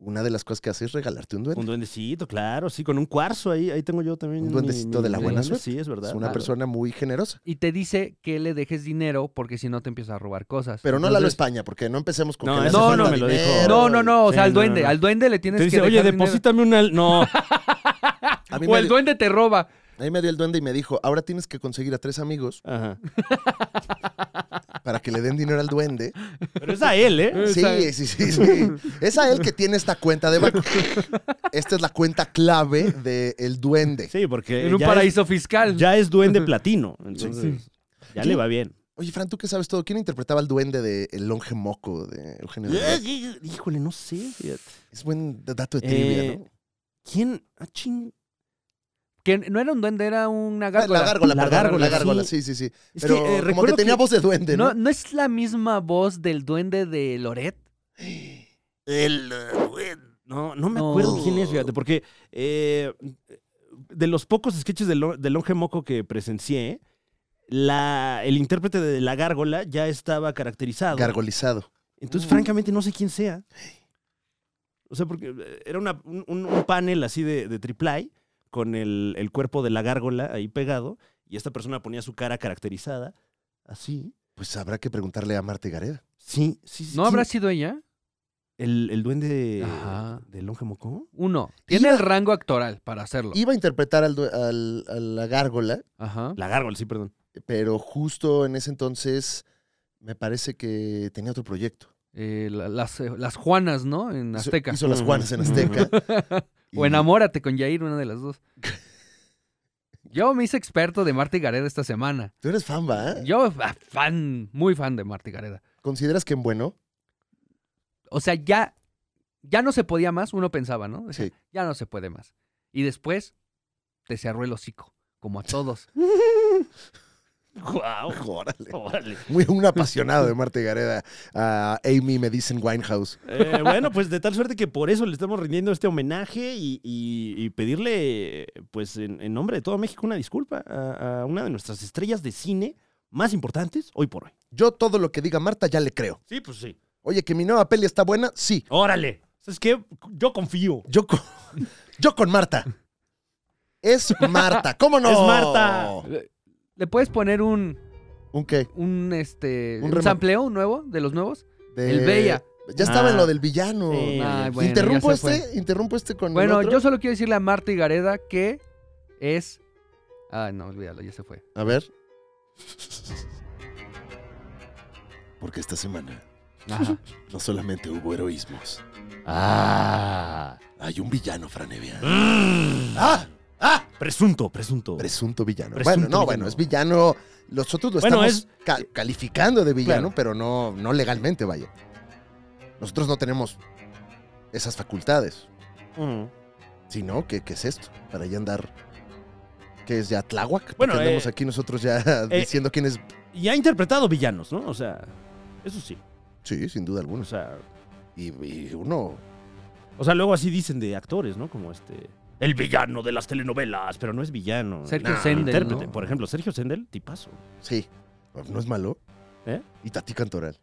C: una de las cosas que hace es regalarte un duende.
D: Un duendecito, claro, sí, con un cuarzo ahí. Ahí tengo yo también.
C: Un duendecito de la
E: buena
D: duende,
C: suerte.
D: Sí, es verdad.
C: Es una
D: Ah,
C: persona muy generosa.
E: Y te dice que le dejes dinero porque si no te empieza a robar cosas.
C: Pero no Lalo
E: Entonces-
C: España, porque no empecemos con
D: No,
C: que le
D: eso
C: hace
E: no,
C: falta
E: no
D: me lo
C: dinero.
D: dijo.
E: No, no, no. O sea,
D: Sí,
E: al
D: no,
E: duende.
D: no, no.
E: Al duende le tienes
D: Te dice,
E: que
D: oye,
E: dejar dinero".
D: deposítame una... No, [laughs]
C: A mí,
E: O
C: me
E: el
C: dio,
E: duende te roba.
C: a mí me dio el duende y me dijo, ahora tienes que conseguir a tres amigos
D: Ajá.
C: para que le den dinero
D: [laughs]
C: al duende.
D: pero es a él,
E: [laughs]
D: ¿eh?
C: Sí, sí, sí, sí. Es a él que tiene esta cuenta
D: [laughs]
C: de banco. Esta es la cuenta clave del duende.
D: Sí, porque
E: En un
D: ya es-
E: paraíso fiscal.
D: ya es duende platino. Entonces, ya le va bien.
C: Oye, Fran, ¿tú qué sabes todo? ¿Quién interpretaba al duende de El Longe Moco de Eugenio Derbez?
D: Híjole, no sé. fíjate.
C: Es buen dato de trivia,
D: Eh,
C: ¿no?
D: ¿Quién? Ah, ching-
E: Que no era un duende, era una
C: La
E: gárgola.
C: gárgola,
D: La
C: la gárgola,
D: gárgola,
C: la gárgola,
D: sí.
C: sí, sí, sí.
D: Es
C: Pero
D: que eh,
C: como que
D: recuerdo
C: tenía
D: que-
C: voz de duende, ¿no?
E: ¿No, ¿No es la misma voz del duende de Loret?
B: El eh, buen-
D: No, no me
E: No.
D: acuerdo quién es, fíjate, porque eh, de los pocos sketches de, Lo- de Longe Moco que presencié, la, el intérprete de la gárgola ya estaba caracterizado.
C: Gargolizado.
D: Entonces,
E: Mm.
D: francamente, no sé quién sea. O sea, porque eh, era una- un, un- un panel así de, de triple A con el, el cuerpo de la gárgola ahí pegado y esta persona ponía su cara caracterizada así.
C: Pues habrá que preguntarle a Marte Gareda.
D: Sí, sí, sí.
E: ¿No habrá
D: sí.
E: sido ella?
D: el, el duende
E: Ajá.
D: de Longe Mocó?
E: Uno, tiene
C: Iba-
E: el rango actoral para hacerlo.
C: Iba a interpretar al, due- al- a la gárgola,
E: Ajá.
D: La gárgola, sí, perdón.
C: pero justo en ese entonces me parece que tenía otro proyecto.
E: Eh, la- las, eh, las Juanas, ¿no? En
C: Hizo-
E: Azteca.
C: Hizo, las Juanas en Azteca.
E: O [laughs]
C: Y-
E: Enamórate con Jair, una de las
C: [laughs]
E: dos. Yo me hice experto de Marta y Gareda esta semana.
C: Tú eres fan, ¿va?
E: Yo, ah, fan, muy fan de Marta y Gareda.
C: ¿Consideras que en bueno?
E: O sea, ya, ya no se podía más, uno pensaba, ¿no? Decía,
C: Sí.
E: Ya no se puede más. Y después te cerró el hocico, como a todos. [laughs]
D: ¡Guau!
C: Órale.
D: Órale.
C: Muy un apasionado de Marte Gareda. A Amy me dicen Winehouse.
D: Eh, bueno, pues de tal suerte que por eso le estamos rindiendo este homenaje y, y- y pedirle, pues en, en nombre de todo México, una disculpa a, a una de nuestras estrellas de cine más importantes hoy por hoy.
C: Yo todo lo que diga Marta ya le creo.
D: Sí, pues sí.
C: Oye, que mi nueva peli está buena, sí.
D: Órale. Es que yo confío.
C: Yo con, yo con Marta. Es Marta. ¿Cómo no?
D: Es Marta.
E: Le, le puedes poner un,
C: ¿Un qué?
E: un, este,
C: Un
E: un,
C: rema-
E: sampleo nuevo de los nuevos.
C: De-
E: El Bella.
C: Ya estaba en
D: Ah.
C: lo del villano.
D: Sí.
E: Ay,
D: pues,
E: bueno, ya
C: interrumpo
E: se fue.
C: este, interrumpo este con el
E: Bueno,
C: otro?
E: yo solo quiero decirle a Marta y Gareda que es. Ah, no, olvídalo, ya se fue.
C: A ver. Porque esta semana
D: [laughs]
E: Ajá.
C: no solamente hubo heroísmos.
D: Ah.
C: Hay un villano, Franevia.
D: Mm.
C: ¡Ah! ¡Ah!
D: Presunto, presunto.
C: Presunto villano.
D: Presunto
C: bueno, no,
D: villano.
C: bueno, es villano. Nosotros lo
D: Bueno,
C: estamos ca- calificando de villano,
D: Claro.
C: pero no, no legalmente, vaya. Nosotros no tenemos esas facultades,
D: Mm.
C: sino que ¿qué es esto? Para ya andar. ¿Qué es ya Tláhuac?
D: Bueno,
C: Bueno, andamos
D: eh,
C: aquí nosotros ya diciendo quién es.
D: Y ha interpretado villanos, ¿no? O sea, eso sí.
C: Sí, sin duda
D: O
C: alguna.
D: sea,
C: Y, y uno.
D: o sea, luego así dicen de actores, ¿no? Como este. El villano de las telenovelas, pero no es villano.
E: Sergio
D: Nah,
E: Sendel,
D: Intérprete.
E: ¿no?
D: Por ejemplo, Sergio Sendel, tipazo.
C: Sí. pues, No es malo.
D: ¿Eh?
C: Y Tati Cantoral.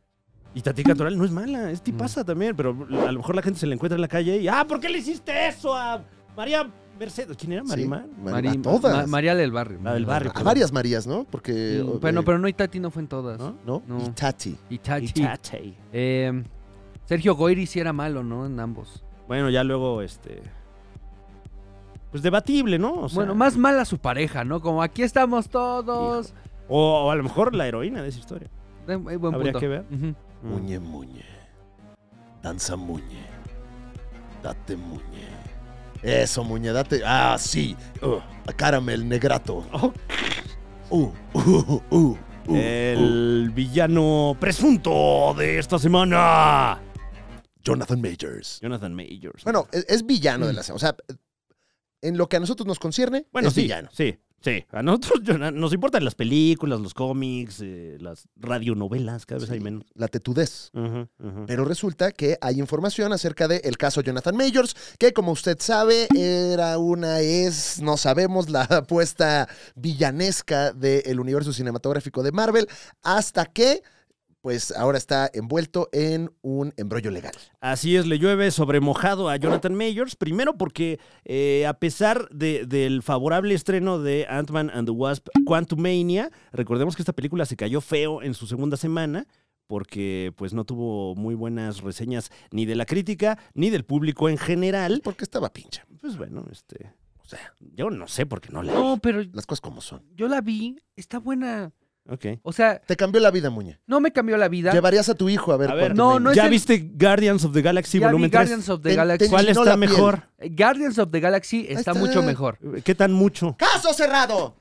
D: Y Tati Cantoral no es mala, es tipaza
C: Mm.
D: también, pero a lo mejor la gente se la encuentra en la calle y, ah, ¿por qué le hiciste eso a María Mercedes? ¿Quién era
C: Sí,
D: Marimar?
C: Mar-
E: Mari-
C: a todas.
E: Ma- María del Barrio.
D: La del barrio.
C: a varias Marías, ¿no? Porque.
E: Mm,
C: o-
E: Bueno,
C: eh,
E: pero no Itati no fue en todas.
D: ¿No?
C: ¿No?
E: no.
C: Y Tati.
E: Itachi.
D: Y Tati.
E: Eh, Sergio Goyri sí era malo, ¿no? En ambos.
D: Bueno, ya luego, este... Pues debatible, ¿no? O sea,
E: bueno, más mala su pareja, ¿no? Como aquí estamos todos.
D: O, o a lo mejor la heroína de esa historia. Mm.
E: De- eh, buen
D: Habría
E: punto.
D: que ver.
E: Ujú.
C: Muñe, muñe. Danza, muñe. Date, muñe. Eso, muñe, date. Ah, sí. Uh, caramel, negrato.
D: Oh.
C: Uh, uh, uh, uh, uh.
D: El villano presunto de esta semana.
C: Jonathan Majors.
D: Jonathan Majors.
C: Bueno, e-, es, es villano de la O sea, en lo que a nosotros nos concierne,
D: Mm. Bueno,
C: es
D: sí,
C: villano.
D: sí, sí. A nosotros Jonah, nos importan las películas, los cómics, eh, las radionovelas, cada vez hay
C: Sí.
D: menos.
C: La tetudez.
D: Ujú, ujú.
C: Pero resulta que hay información acerca del caso Jonathan Majors, que como usted sabe, era una es, no sabemos, la apuesta villanesca del universo cinematográfico de Marvel, hasta que, pues ahora está envuelto en un embrollo legal.
D: Así es, le llueve sobre mojado a Jonathan Majors. Primero porque eh, a pesar de- del favorable estreno de Ant-Man and the Wasp Quantumania, recordemos que esta película se cayó feo en su segunda semana porque pues no tuvo muy buenas reseñas ni de la crítica ni del público en general.
C: Porque estaba pinche.
D: Pues bueno, este,
C: O sea,
D: yo no sé por qué no la...
E: No, pero
C: las cosas como son.
E: yo la vi. Está buena.
D: Ok.
E: O sea,
C: Te cambió la vida, Muñe.
E: no me cambió la vida.
C: Llevarías a tu hijo a ver.
D: A ver,
C: Quantum
E: no,
C: Mania.
E: no es
D: ¿Ya
E: el-
D: viste Guardians of the Galaxy
E: Ya vi
D: volumen 3?
E: Guardians of the
C: Ten-
E: Galaxy.
D: ¿Cuál
C: Si no,
D: está
C: la piel.
D: mejor?
E: Eh, Guardians of the Galaxy está,
C: está.
E: mucho mejor.
D: ¿Qué tan mucho?
C: ¡Caso cerrado!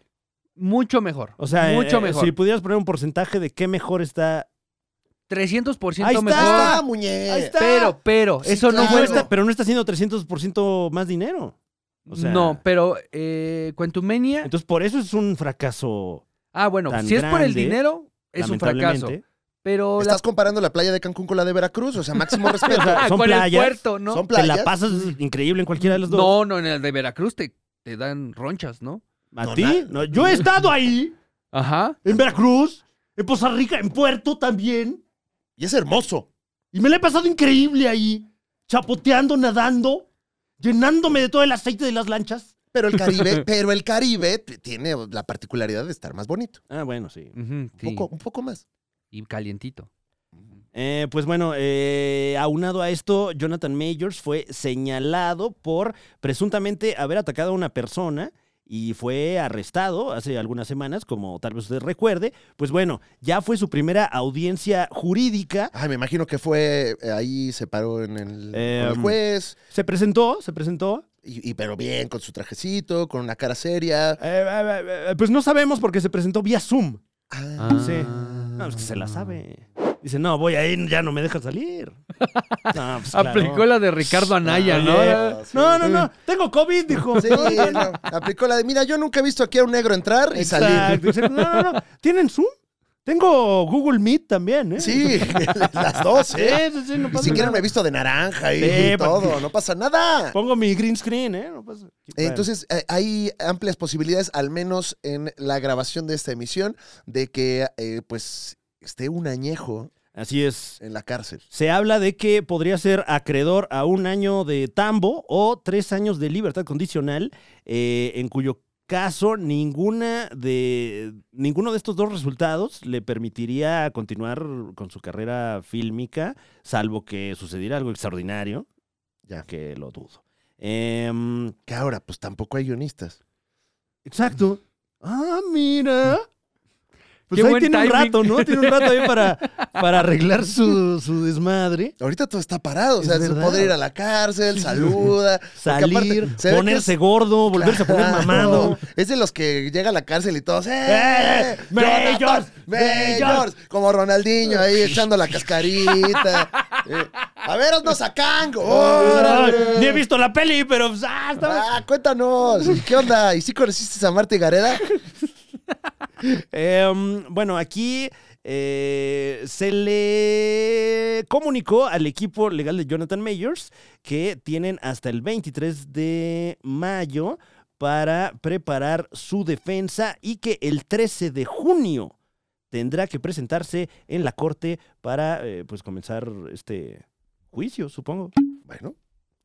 E: Mucho mejor.
D: O sea, eh,
E: mucho
D: eh,
E: mejor.
D: si pudieras poner un porcentaje de qué mejor está.
E: 300%
D: Ahí está.
E: mejor.
C: Ahí está, Muñe.
D: Ah, Ahí está.
E: Pero, pero,
C: Sí,
E: eso no
C: claro.
D: Pero
E: vuelve.
D: está- pero no está haciendo 300% más dinero. O sea,
E: no, pero eh, Quantumania.
D: Entonces, por eso es un fracaso.
E: ah, bueno,
D: tan
E: si es por el
D: grande,
E: dinero, es un fracaso.
D: lamentablemente.
E: Pero la,
C: Estás comparando la playa de Cancún con la de Veracruz, o sea, máximo respeto.
D: O sea,
E: ah,
D: son
E: con
D: playas.
E: el puerto, ¿no?
C: Son
D: Te
C: playas.
D: la pasas increíble en cualquiera de las dos.
E: No, no, en el de Veracruz te, te dan ronchas, ¿no?
D: ¿A
C: No,
D: ti?
C: na-
D: No, yo he estado ahí,
E: Ajá.
D: en Veracruz, en Poza Rica, en Puerto también.
C: Y es hermoso.
D: Y me la he pasado increíble ahí, chapoteando, nadando, llenándome de todo el aceite de las lanchas.
C: Pero el
D: [laughs]
C: Caribe, pero el Caribe t- tiene la particularidad de estar más bonito.
D: Ah, bueno, sí.
E: Ujú,
C: Un,
E: sí,
C: poco, un poco más.
E: Y calientito.
D: Eh, pues bueno, eh, aunado a esto, Jonathan Majors fue señalado por presuntamente haber atacado a una persona y fue arrestado hace algunas semanas, como tal vez usted recuerde. Pues bueno, ya fue su primera audiencia jurídica.
C: Ay, me imagino que fue eh, ahí, se paró en el, con el
D: Em,
C: juez,
D: Se presentó, se presentó.
C: y, y- pero bien, con su trajecito, con una cara seria.
D: Eh, eh, eh, eh, pues no sabemos porque se presentó vía Zoom.
C: Ah,
E: Ah.
D: Sí. No, es que se la sabe. Dice, no, voy a ir, ya no me dejan
E: [laughs]
D: salir. No, pues, claro.
E: Aplicó la de Ricardo Anaya,
D: Oye,
E: ¿no?
D: No, no, no. Tengo COVID, dijo.
C: Sí, no, aplicó la de, mira, yo nunca he visto aquí a un negro entrar y salir.
D: Exacto, exacto. No, no, no. ¿Tienen Zoom? Tengo Google Meet también, ¿eh? Pues
C: Sí, [laughs] las [laughs] dos, ¿eh?
D: Sí, sí, sí, no
C: Ni
D: pasa
C: siquiera me
D: nada.
C: he visto de naranja y
D: Sí, pa-
C: todo, no pasa nada.
D: Pongo mi green screen, ¿eh? No pasa-
C: Eh, Entonces, eh, hay amplias posibilidades, al menos en la grabación de esta emisión, de que eh, pues esté un añejo
D: Así es.
C: en la cárcel.
D: Se habla de que podría ser acreedor a un año de tambo o tres años de libertad condicional, eh, en cuyo caso ninguna de ninguno de estos dos resultados le permitiría continuar con su carrera fílmica, salvo que sucediera algo extraordinario, ya que lo dudo. Em,
C: Que ahora, pues tampoco hay guionistas.
D: Exacto. Ah, mira. Pues
E: Qué
D: ahí
E: buen
D: tiene un
E: timing.
D: rato, ¿no? Tiene un rato
E: [laughs]
D: ahí para, para arreglar su, su desmadre.
C: Ahorita todo está parado, o
D: Es
C: sea, se
D: verdad.
C: puede ir a la cárcel, saluda, porque aparte
D: Salir,
C: se ve que
D: ponerse
C: es-
D: gordo, volverse a poner
C: Claro.
D: mamado.
C: Es de los que llega a la cárcel y todos,
D: ¡Eh,
C: ¡eh!
D: Majors!
C: Jonathan, ¡Majors! Como Ronaldinho ahí echando
D: [laughs]
C: la cascarita. Eh, a veros nos a Cango. ¡Órale!
D: Ay, Ni he visto la peli, pero pues, ah, estaba-
C: Ah, cuéntanos, ¿y ¿qué onda? ¿Y si conociste a Marta y [laughs] Gareda?
D: Em, bueno, aquí eh, se le comunicó al equipo legal de Jonathan Mayors que tienen hasta el 23 de mayo para preparar su defensa y que el 13 de junio tendrá que presentarse en la corte para eh, pues comenzar este juicio, supongo.
C: Bueno,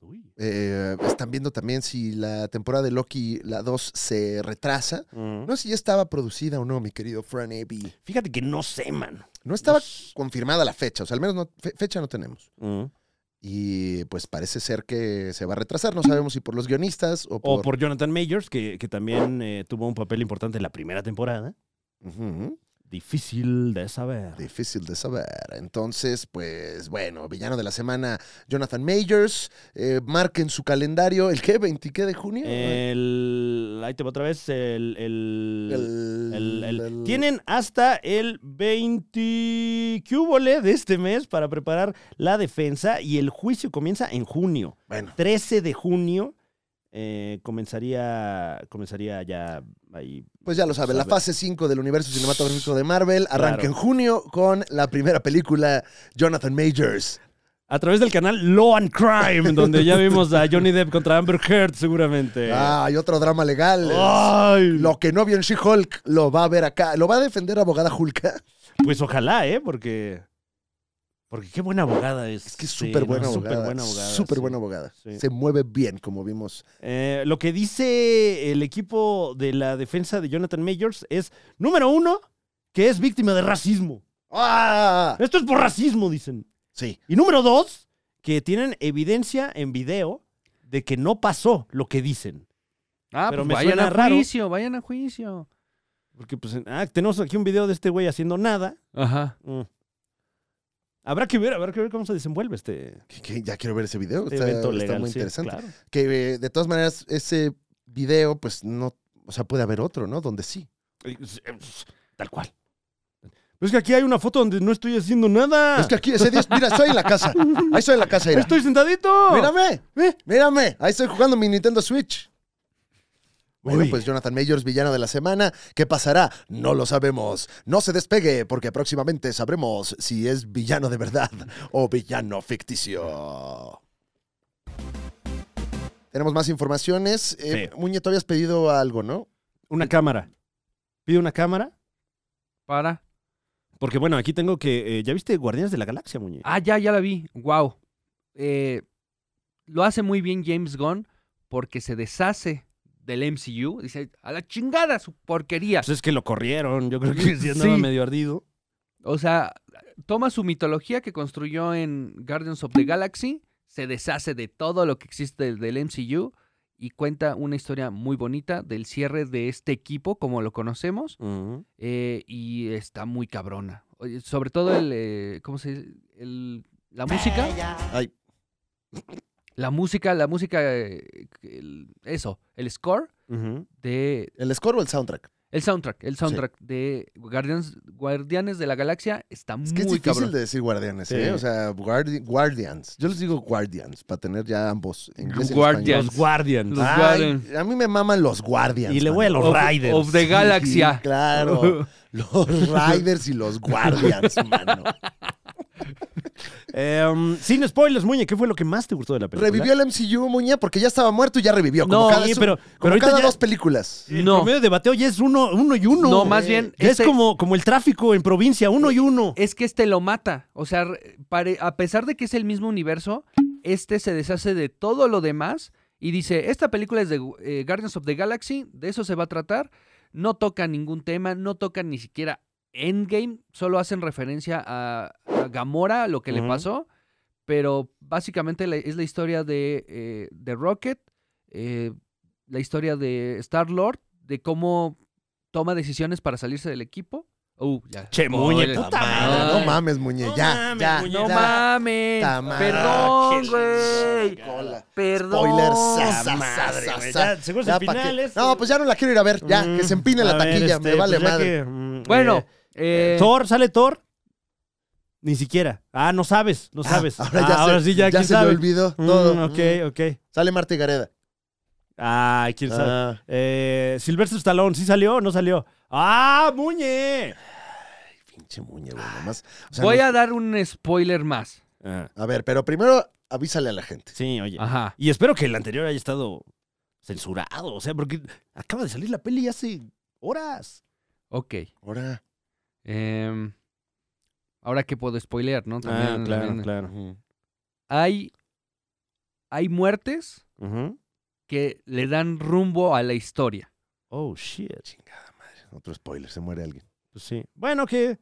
D: Uy.
C: eh, están viendo también si la temporada de Loki, la 2, se retrasa. No sé si ya estaba producida o no, mi querido Fran Eby.
D: Fíjate que no sé, mano.
C: No estaba
D: No sé.
C: confirmada la fecha, o sea, al menos no- fe- fecha no tenemos.
D: Mm.
C: Y pues parece ser que se va a retrasar. No sabemos si por los guionistas o por.
D: O por Jonathan Majors, que, que también eh, tuvo un papel importante en la primera temporada.
C: Ujú,
D: Difícil de saber.
C: Difícil de saber. Entonces, pues bueno, villano de la semana, Jonathan Majors. eh, marquen su calendario. ¿El qué? ¿20 qué de junio?
D: El, ahí te va otra vez. El, el,
C: El-
D: el- el-
C: el-
D: Tienen hasta el 20 cúbole de este mes para preparar la defensa y el juicio comienza en junio.
C: Bueno,
D: 13 de junio eh, comenzaría, comenzaría ya ahí.
C: pues ya lo saben. La
D: Sabe.
C: fase 5 del universo cinematográfico de Marvel arranca
D: Claro.
C: en junio con la primera película, Jonathan Majors.
D: A través del canal Law and Crime, donde ya vimos a Johnny Depp contra Amber Heard seguramente.
C: Ah, hay otro drama legal.
D: Ay.
C: Lo que no vio en She-Hulk lo va a ver acá. ¿Lo va a defender abogada Hulka?
D: Pues ojalá, ¿eh? Porque. Porque qué buena abogada es.
C: [laughs] Es que es
D: Sí,
C: súper
D: no,
C: buena, abogada.
D: Súper buena abogada.
C: Súper
D: sí.
C: buena abogada.
D: Sí.
C: Se mueve bien, como vimos.
D: Eh, lo que dice el equipo de la defensa de Jonathan Majors es: número uno, que es víctima de racismo.
C: ¡Ah!
D: Esto es por racismo, dicen.
C: Sí.
D: Y número dos, que tienen evidencia en video de que no pasó lo que dicen.
E: Ah,
D: Pero
E: pues
D: me
E: vayan
D: suena
E: a
D: raro.
E: juicio, vayan a juicio.
D: Porque, pues, en- ah, tenemos aquí un video de este güey haciendo nada.
E: Ajá.
D: Mm. Habrá que ver, habrá que ver cómo se desenvuelve este,
C: Que- que ya quiero ver ese video.
D: este
C: Está,
D: evento
C: está
D: legal.
C: muy
D: sí,
C: interesante.
D: claro.
C: Que eh, de todas maneras, ese video, pues no. O sea, puede haber otro, ¿no? Donde sí.
D: eh, Tal cual. Pero es que aquí hay una foto donde no estoy haciendo nada.
C: Es que aquí ese día. Mira, estoy en la casa. Ahí estoy en la casa, mira.
D: estoy sentadito.
C: Mírame, eh, mírame. Ahí estoy jugando mi Nintendo Switch. Bueno,
D: Uy.
C: pues Jonathan Majors, villano de la semana. ¿Qué pasará? No lo sabemos. No se despegue, porque próximamente sabremos si es villano de verdad o villano ficticio. Tenemos más informaciones. Eh, Muñe, tú habías pedido algo, ¿no?
D: Una cámara. Pide una cámara.
E: Para.
D: Porque bueno, aquí tengo que. eh, ¿Ya viste Guardianes de la Galaxia, Muñe?
E: Ah, ya, ya la vi. Eh, Wow. lo hace muy bien James Gunn porque se deshace del MCU, dice, a la chingada su porquería.
D: Pues es que lo corrieron, yo creo que sí andaba
E: Sí.
D: medio ardido.
E: O sea, toma su mitología que construyó en Guardians of the Galaxy, se deshace de todo lo que existe del MCU y cuenta una historia muy bonita del cierre de este equipo como lo conocemos
D: Ujú.
E: eh, y está muy cabrona. Oye, Sobre todo el, eh, ¿cómo se dice? El- la música.
C: Ay.
E: La música, la música, eh, el- eso, el score
D: Ujú.
E: de,
C: ¿El score o el soundtrack?
E: el soundtrack, el soundtrack de Guardians, Guardianes de la Galaxia está
C: Es que
E: muy
C: es difícil
E: cabrón.
C: de decir guardianes,
D: Sí.
C: ¿eh? O sea, guardi- guardians. Yo les digo guardians para tener ya ambos. Inglés y
E: Guardians.
D: Los Guardians.
E: Los
C: español.
E: Guardians.
C: Ay, a mí me maman los guardians.
D: Y le
C: man.
D: voy a los
E: Of-
D: Riders.
E: of the Galaxia.
C: Sí,
E: [laughs]
C: claro. Los riders y
D: [laughs]
C: los guardians, mano.
D: Em, sin spoilers, Muñe, ¿qué fue lo que más te gustó de la película?
C: Revivió el MCU, Muña, porque ya estaba muerto y ya revivió. Como
D: No,
C: cada,
D: sí,
C: su-
D: pero-
C: como
D: pero ahorita
C: cada
D: ya-
C: dos películas.
D: El
E: No.
D: promedio de bateo ya es uno, uno y uno.
E: No, más bien,
D: Ya
E: este-
D: es como, como el tráfico en provincia, uno y uno.
E: Es que este lo mata. O sea, re- pare- a pesar de que es el mismo universo, este se deshace de todo lo demás y dice, esta película es de gu- eh, Guardians of the Galaxy, de eso se va a tratar. No toca ningún tema, no toca ni siquiera Endgame, solo hacen referencia a, a Gamora, lo que le
D: Ujú.
E: pasó. Pero básicamente la- es la historia de, eh, de Rocket, eh, la historia de Star-Lord, de cómo toma decisiones para salirse del equipo. Uh, ya.
D: Che, Muñe,
E: Spoiler.
D: puta
C: Ah,
D: madre.
C: no mames, Muñe,
D: No
C: ya,
D: mames,
C: ya,
D: Muñe.
E: No
C: ya.
E: mames.
C: Ta madre.
E: Perdón,
D: Qué
E: güey.
C: Cola.
E: Perdón.
C: Spoilers.
D: Ah,
C: Sa, sa,
D: madre,
C: sa,
D: güey,
C: sa.
D: ya, seguro es
C: Ya,
D: el
C: ¿pa' qué?
D: final este? esto,
C: No,
D: güey.
C: pues ya no la quiero ir a ver. Ya,
D: Mm,
C: que se empine la
D: a ver,
C: taquilla,
D: este,
C: me vale
D: pues ya
C: madre.
D: que, mm,
E: Bueno,
D: eh,
E: eh,
D: Thor, ¿sale Thor? Ni siquiera. Ah, no sabes, no sabes.
C: Ah, ahora
D: Ah,
C: ya, se,
D: sí, ya,
C: ya
D: ¿quién
C: se
D: sabe?
C: me olvidó
D: Mm,
C: todo. Mm.
D: ok, ok.
C: Sale Marta y Gareda.
D: Ah, quién sabe.
C: Ah.
D: Eh, Sylvester Stallone, ¿sí salió o no salió? ¡Ah, Muñe!
C: Pinche Muñe, güey, nomás. O sea,
E: voy
C: no-
E: a dar un spoiler más.
C: A ver, pero primero avísale a la gente.
D: Ah, sí, oye.
E: Ajá.
D: Y espero que el anterior haya estado censurado, o sea, porque acaba de salir la peli hace horas.
E: Ok.
C: Ahora.
E: Em, ahora que puedo spoilear, ¿no? También- también-
D: Ah, claro.
E: Hay, hay muertes que le dan rumbo a la historia.
D: Oh, shit.
C: Chingada madre. Otro spoiler, se muere alguien.
D: Pues sí. Bueno, que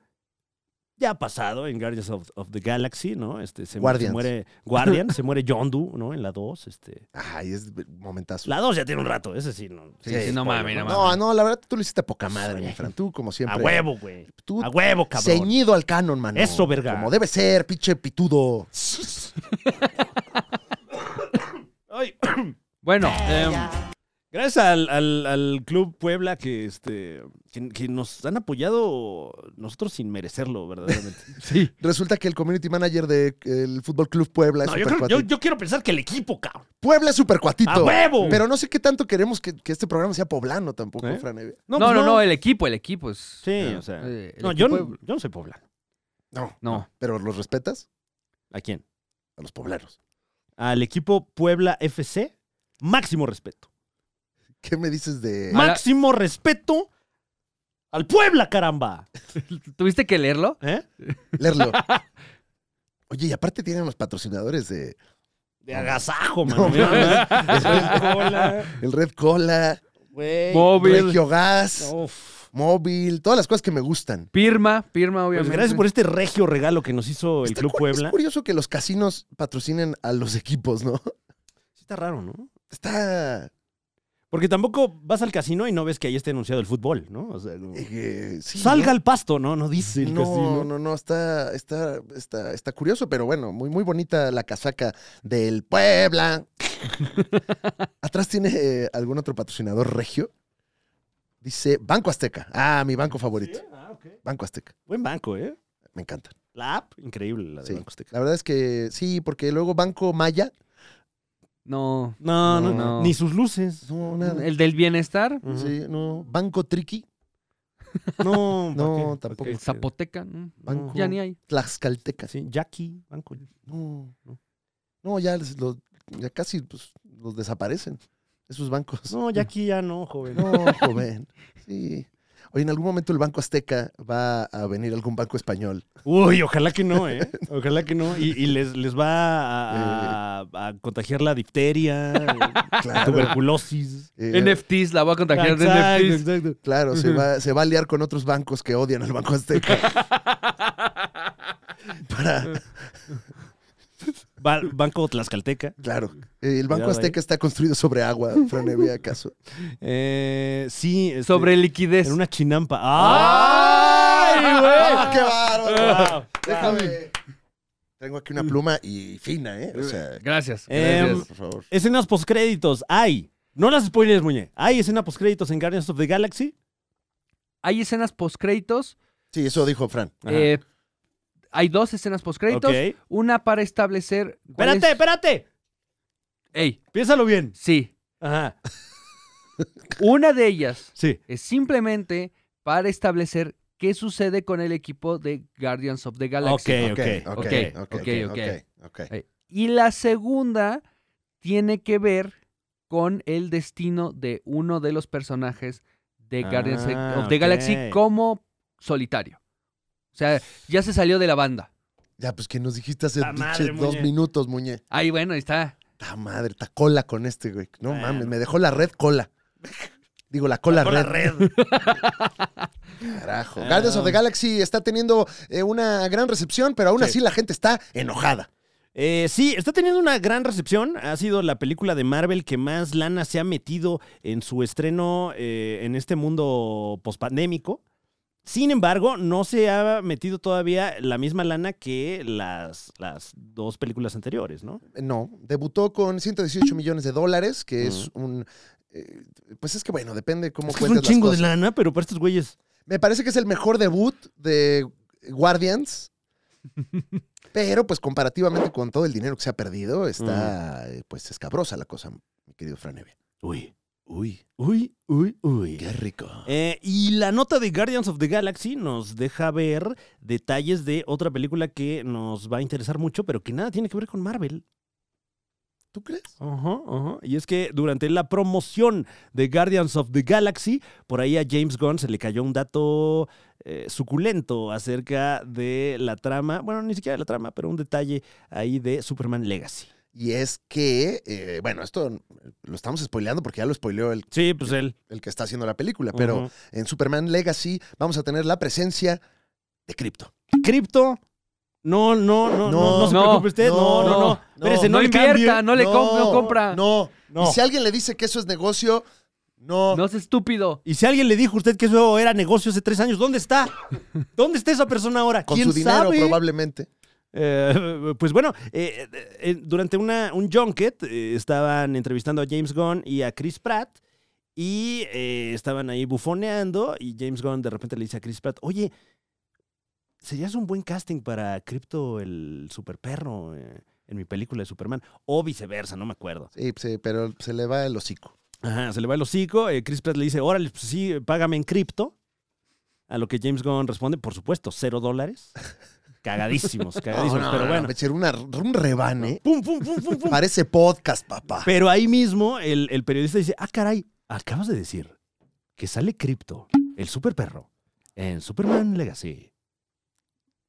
D: ya ha pasado en Guardians of, of the Galaxy, ¿no? Este, se, mu- se
C: Guardians.
D: muere Guardian, se
E: [laughs]
D: muere Yondu, ¿no? En la 2. Este.
C: Ay, es momentazo.
D: La 2 ya tiene un rato, ese sí, ¿no?
E: Sí,
D: Ese
E: sí, no
D: spoiler,
E: mames, no
C: No, no, la verdad tú le hiciste poca madre,
D: Sí.
C: mi Fran. Tú, como siempre.
D: A huevo, güey.
C: Tú,
D: A huevo, cabrón.
C: ceñido al canon, mano.
D: Eso, verga.
C: Como debe ser, pinche pitudo.
D: [laughs] Ay,
E: Bueno, em,
D: Gracias al, al- al Club Puebla que, este, que, que nos han apoyado nosotros sin merecerlo, verdaderamente.
E: [laughs] sí.
C: Resulta que el community manager del Fútbol Club Puebla es
D: No, yo, creo-
C: supercuatito.
D: yo- yo quiero pensar que el equipo, cabrón.
C: Puebla es supercuatito.
D: ¡A huevo!
C: Pero no sé qué tanto queremos que, que este programa sea poblano tampoco,
D: ¿Eh?
C: Fran. Evia.
E: No,
D: pues
E: no, no, el equipo, el equipo es.
D: Sí,
E: eh,
D: o sea,
E: eh, el
D: No, yo,
E: equipo-
D: no- yo no soy poblano.
C: No.
E: No.
C: ¿Pero los respetas?
D: ¿A quién?
C: A los poblanos.
D: Al equipo Puebla FC, máximo respeto.
C: ¿Qué me dices de...?
E: Ma-
D: Máximo respeto al Puebla, caramba.
E: ¿Tuviste que leerlo?
D: ¿Eh?
C: Leerlo. Oye, y aparte tienen los patrocinadores de
D: De agasajo,
C: No,
D: mano.
C: mames.
D: [laughs] Coca-Cola,
C: El Red Cola,
D: güey.
E: Móvil.
C: Regio Gas,
D: Uf.
C: Móvil, todas las cosas que me gustan.
E: Pirma, firma,
D: Pues
E: obviamente.
D: gracias por este regio regalo que nos hizo el
C: Está
D: Club
C: cu-
D: Puebla.
C: Es curioso que los casinos patrocinen a los [laughs] equipos, ¿no?
D: Sí Está raro, ¿no?
C: Está...
D: Porque tampoco vas al casino y no ves que ahí esté anunciado el fútbol, ¿no? O sea, como,
C: eh, sí,
D: salga
C: ¿no?
D: al pasto, ¿no? No dice el
C: No,
D: casino.
C: no, no, está, está, está, está curioso, pero bueno, muy, muy bonita la casaca
D: [laughs]
C: del Puebla. Atrás tiene eh, algún otro patrocinador regio. Dice Banco Azteca. Ah, mi banco favorito.
D: Sí, ah, ok.
C: Banco Azteca.
D: Buen banco, ¿eh?
C: Me encanta.
D: La app, increíble la de
C: Sí.
D: Banco Azteca.
C: La verdad es que sí, porque luego Banco Maya.
E: No.
D: No, no,
E: No, no.
D: Ni sus luces.
C: No, nada.
E: El del bienestar.
D: Ujú.
C: Sí, no. Banco Triqui.
D: [laughs] No,
C: No,
D: ¿para qué?
C: tampoco.
D: ¿Para qué?
E: El Zapoteca, ¿no?
C: Banco
E: Ya ni hay.
C: Tlaxcalteca.
D: Sí, Jackie, banco.
C: No, no. No, ya, les- los- ya casi pues, los desaparecen, esos bancos.
D: No, Jackie ya no, joven.
C: No, joven. Sí. Oye, en algún momento el Banco Azteca va a venir algún
D: [laughs]
C: banco español.
D: Uy, ojalá que no, [laughs] ¿eh? Ojalá que no. Y, y les, les va a, a- a contagiar la difteria, [laughs] la
C: Claro.
D: tuberculosis.
C: Eh,
E: NFTs, la voy a contagiar de
D: Exacto,
E: NFTs.
D: exacto.
C: Claro, se va, se va a liar con otros bancos que odian al
D: [laughs]
C: Banco Azteca. Para,
D: Ba- Banco Tlaxcalteca.
C: claro. Eh, El Banco
D: Cuidado ahí.
C: Azteca está construido sobre agua, Fran
D: [laughs]
C: Evia, ¿acaso?
D: Eh, sí. este,
E: Sobre liquidez.
D: En una chinampa.
E: ¡Ay, güey!
C: ¡Ah, qué bárbaro!
E: Wow.
C: Déjame. Tengo aquí una pluma y fina, ¿eh? O sea,
E: Gracias.
D: Em,
E: gracias.
C: por favor.
D: Escenas postcréditos. Hay. No las spoilers, muñe. Hay escena postcréditos en Guardians of the Galaxy.
E: Hay escenas postcréditos.
C: Sí, eso dijo Fran.
D: Ajá.
E: eh, hay dos escenas postcréditos.
D: Ok.
E: Una para establecer. cuál
D: Espérate,
E: es-
D: espérate.
E: Ey,
D: Piénsalo bien.
E: sí.
D: Ajá.
E: Una de ellas
D: Sí.
E: es simplemente para establecer qué sucede con el equipo de Guardians of the Galaxy.
D: Ok,
C: ok, ok,
E: ok, ok.
C: ok, ok.
E: Eh, Y la segunda tiene que ver con el destino de uno de los personajes de
D: Ah,
E: Guardians of the
D: ok.
E: Galaxy como solitario. O sea, ya se salió de la banda.
C: Ya, pues que nos dijiste hace
D: Ta madre,
C: pinche dos
D: Muñe.
C: minutos, Muñe.
E: Ahí, bueno, ahí está.
C: Ta madre, ta cola con este, güey. No
D: Bueno.
C: mames, me dejó la red cola. Digo, la cola
D: Con la
C: red.
D: red.
C: Carajo. Guardians of the Galaxy está teniendo eh, una gran recepción, pero aún
D: Sí.
C: así la gente está enojada.
D: Eh, sí, está teniendo una gran recepción. Ha sido la película de Marvel que más lana se ha metido en su estreno eh, en este mundo pospandémico. Sin embargo, no se ha metido todavía la misma lana que las, las dos películas anteriores, ¿no?
C: No, debutó con 118 millones de dólares, que es un... eh, pues es que bueno, depende cómo
D: Es que es un
C: cuentes las
D: chingo de
C: cosas.
D: lana, pero para estos güeyes.
C: Me parece que es el mejor debut de
D: [laughs]
C: Guardians. Pero pues comparativamente con todo el dinero que se ha perdido, está eh, pues escabrosa la cosa, mi querido Franevia.
D: Uy, uy, uy, uy, uy.
C: Qué rico.
D: Eh, y la nota de Guardians of the Galaxy nos deja ver detalles de otra película que nos va a interesar mucho, pero que nada tiene que ver con Marvel.
C: ¿Tú crees?
D: Ajá, ajá. Y es que durante la promoción de Guardians of the Galaxy, por ahí a James Gunn se le cayó un dato eh, suculento acerca de la trama, bueno, ni siquiera de la trama, pero un detalle ahí de Superman Legacy.
C: Y es que, eh, bueno, esto lo estamos spoileando porque ya lo spoileó el,
D: Sí, pues él.
C: el que está haciendo la película, pero
D: Ujú.
C: en Superman Legacy vamos a tener la presencia de Crypto.
D: Cripto. No, no, no, no, no,
C: No,
D: se
E: no,
D: preocupe usted. No, no, no.
C: no,
D: Espérese,
E: No
D: le
E: invierta,
D: cambie.
E: no le com- no compra.
C: No,
D: No.
C: Y si alguien le dice que eso es negocio, no.
E: No es estúpido.
D: Y si alguien le dijo a usted que eso era negocio hace tres años, ¿dónde está? ¿Dónde está esa persona ahora?
C: con
D: ¿Quién
C: su dinero
D: sabe?
C: probablemente.
D: Eh, [laughs] pues bueno, eh, eh, durante una, un junket eh, estaban entrevistando a James Gunn y a Chris Pratt y eh, estaban ahí bufoneando y James Gunn de repente le dice a Chris Pratt, oye, serías un buen casting para Crypto el superperro eh, en mi película de Superman o viceversa, no me acuerdo.
C: Sí, sí, pero se le va el hocico.
D: Ajá, se le va el hocico, eh, Chris Pratt le dice, órale, pues sí, págame en cripto. A lo que James Gunn responde, por supuesto, cero
C: [laughs]
D: dólares. Cagadísimos, cagadísimos,
C: No, no,
D: Eh, pero
C: no,
D: bueno.
C: me echaron una- un rebane.
D: Pum, pum, pum, pum, pum.
C: Parece podcast, papá.
D: Pero ahí mismo el, el periodista dice, ah, caray, acabas de decir que sale Crypto, el super perro, en Superman Legacy.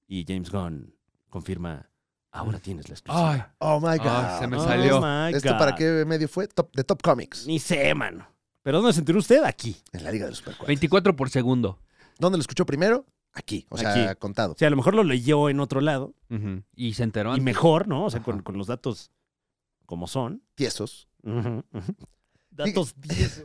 D: Y James Gunn confirma, ahora tienes la exclusiva.
E: Ay,
C: Oh my
E: Ah,
C: God.
E: se me
D: Oh
E: salió.
D: my
C: ¿Esto
D: God.
C: para qué medio fue? Top, de Top Comics.
D: Ni sé, mano. ¿Pero dónde se enteró usted? Aquí.
C: En la Liga de los Supercuates.
E: 24 por segundo.
C: ¿Dónde lo escuchó primero? Aquí. O sea,
D: Aquí.
C: contado.
D: O sea, a lo mejor lo leyó en otro lado.
E: Y se enteró
D: Y
E: antes.
D: mejor, ¿no? O sea,
E: Ajá.
D: con, con los datos como son.
C: Tiesos. [laughs]
D: Ujú, ujú. Datos 10.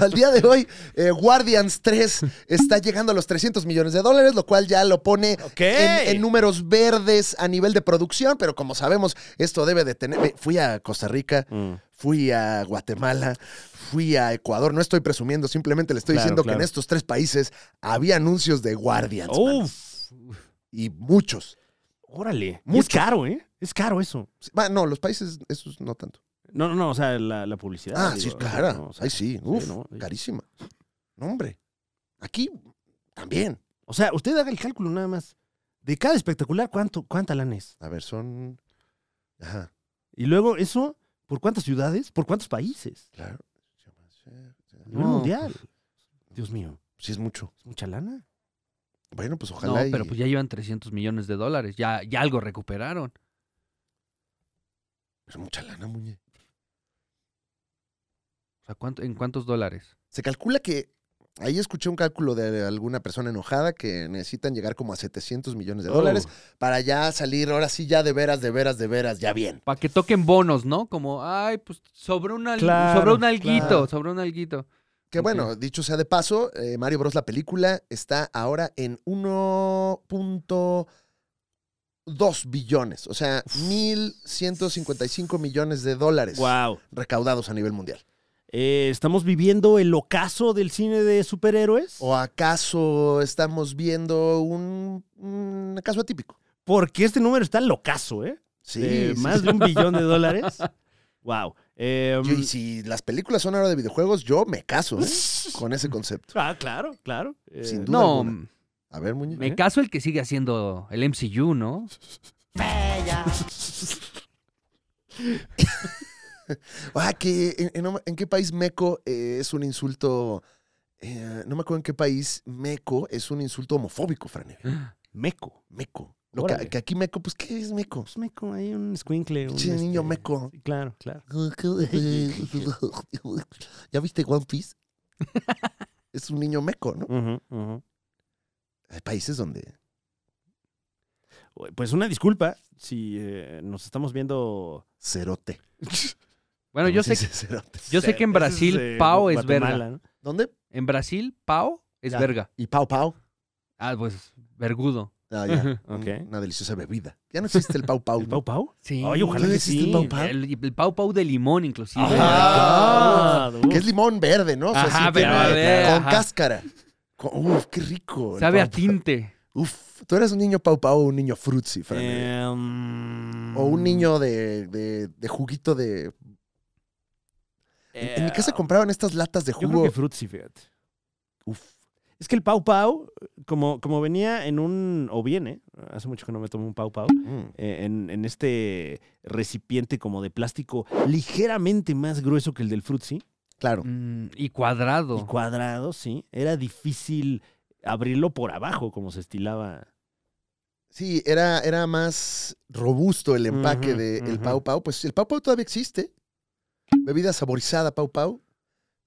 C: Al día de hoy, eh, Guardians 3 está llegando a los 300 millones de dólares, lo cual ya lo pone
D: Ok.
C: en, en números verdes a nivel de producción, pero como sabemos, esto debe de tener... Ve, Fui a Costa Rica,
D: Mm.
C: fui a Guatemala, fui a Ecuador. No estoy presumiendo, simplemente le estoy
D: Claro,
C: diciendo
D: claro.
C: que en estos tres países había anuncios de Guardians. man.
D: Uf,
C: Y muchos.
D: órale.
C: Mucho.
D: Es caro, ¿eh? Es caro eso.
C: Va, no, los países, esos no tanto.
D: No, no, no, o sea, la, la publicidad.
C: Ah,
D: digo,
C: sí, cara.
D: no, o sea,
C: Ay, sí. Uf,
D: ¿no? Sí.
C: carísima. No, hombre. Aquí también.
D: o sea, usted haga el cálculo nada más. De cada espectacular, ¿cuánto, ¿cuánta lana es?
C: A ver, son... Ajá,
D: Y luego eso, ¿por cuántas ciudades? ¿Por cuántos países?
C: claro.
D: A nivel
E: No.
D: mundial. Dios mío.
C: Sí, es mucho.
D: Es mucha lana.
C: Bueno, pues ojalá.
E: No,
C: y-
E: pero pues ya llevan 300 millones de dólares. Ya, ya algo recuperaron.
C: Es mucha lana, muñe.
E: O sea, ¿cuánto- ¿en cuántos dólares?
C: Se calcula que. Ahí escuché un cálculo de alguna persona enojada que necesitan llegar como a 700 millones de dólares
D: Oh,
C: para ya salir, ahora sí, ya de veras, de veras, de veras, ya bien.
E: Para que toquen bonos, ¿no? Como, ay, pues sobró un, al-
D: Claro,
E: sobró un alguito,
C: claro.
E: sobró un alguito.
C: Que
E: Ok.
C: bueno, dicho sea de paso, eh, Mario Bros. la película está ahora en 1.2 billones, o sea, 1.155 millones de dólares
D: Wow.
C: recaudados a nivel mundial.
D: Eh, estamos viviendo el ocaso del cine de superhéroes.
C: ¿O acaso estamos viendo un, un caso atípico?
D: Porque este número está locazo, ¿eh?
C: Sí,
D: De
C: sí,
D: más
C: sí.
D: de un billón
C: [laughs]
D: de dólares. Wow.
C: Yo,
E: Um,
C: y si las películas son ahora de videojuegos, yo me caso ¿eh?
E: Pues,
C: con ese concepto.
D: Em, [laughs] ah, claro, claro. Eh,
C: Sin duda
E: No,
C: alguna. A ver, Muñe. ¿Eh?
E: me caso el que sigue haciendo el MCU, ¿no?
C: Ah, que en, en- en qué país meco eh, es un insulto. eh, no me acuerdo en qué país meco es un insulto homofóbico, Franevia.
D: Meco.
C: Meco. Lo que,
D: Órale.
C: que aquí meco, pues, ¿qué es meco?
D: Pues meco, hay un squinkle. un, este,
C: Pinche
E: este,
C: niño meco.
D: Sí, Claro, claro.
C: [laughs] ¿Ya viste One
E: [laughs]
C: Piece? es un niño meco, ¿no?
D: Ujú, ujú.
C: Hay países donde.
D: Pues una disculpa si eh, nos estamos viendo.
C: Cerote.
E: Bueno,
C: ¿Cómo
E: yo
C: se
E: sé, que-
C: dice cerote?
E: yo sé que en Brasil
D: Ese eh,
E: Pau es
D: Guatemala,
E: verga.
D: ¿no?
C: ¿Dónde?
E: En Brasil, Pau es
C: Ya.
E: verga.
C: Y Pau Pau.
E: Ah, pues, vergudo.
C: Ah, ya.
D: Ok.
C: Un- Una deliciosa bebida. Ya no existe el Pau
D: [laughs]
C: Pau.
D: ¿El
C: ¿no?
D: Pau Pau?
E: Sí.
D: Ay, ojalá
C: ¿Todavía
D: que
C: existe
D: sí.
C: el Pau Pau?
E: El, el Pau Pau de limón, inclusive.
C: Ajá.
D: Ah, God.
C: Que es limón verde, ¿no? O sea,
E: Ajá,
C: sí
E: pero
C: tiene-
E: a ver,
C: Con
E: ajá.
C: cáscara. Con- uf, qué rico. el
E: Sabe a
C: Pau Pau.
E: tinte.
C: Uf, tú eres un niño Pau Pau o un niño Fruitsy, Fran.
D: Eh, mm,
C: O un niño de, de- de juguito de...
D: eh,
C: En mi casa compraban estas latas de
D: Yo creo
C: jugo.
D: que Fruitsy, fíjate.
C: Uf.
D: Es que el Pau Pau, como, como venía en un. o viene, hace mucho que no me tomo un Pau Pau,
C: Mm.
D: eh, en, en este recipiente como de plástico ligeramente más grueso que el del Fruitsy,
C: Claro.
E: Mm, y
D: y
E: cuadrado.
D: cuadrado, sí. Era difícil abrirlo por abajo, como se estilaba.
C: Sí, era, era más robusto el empaque
D: Ujú,
C: del
D: ujú.
C: Pau Pau. Pues el Pau Pau todavía existe. Bebida saborizada Pau Pau.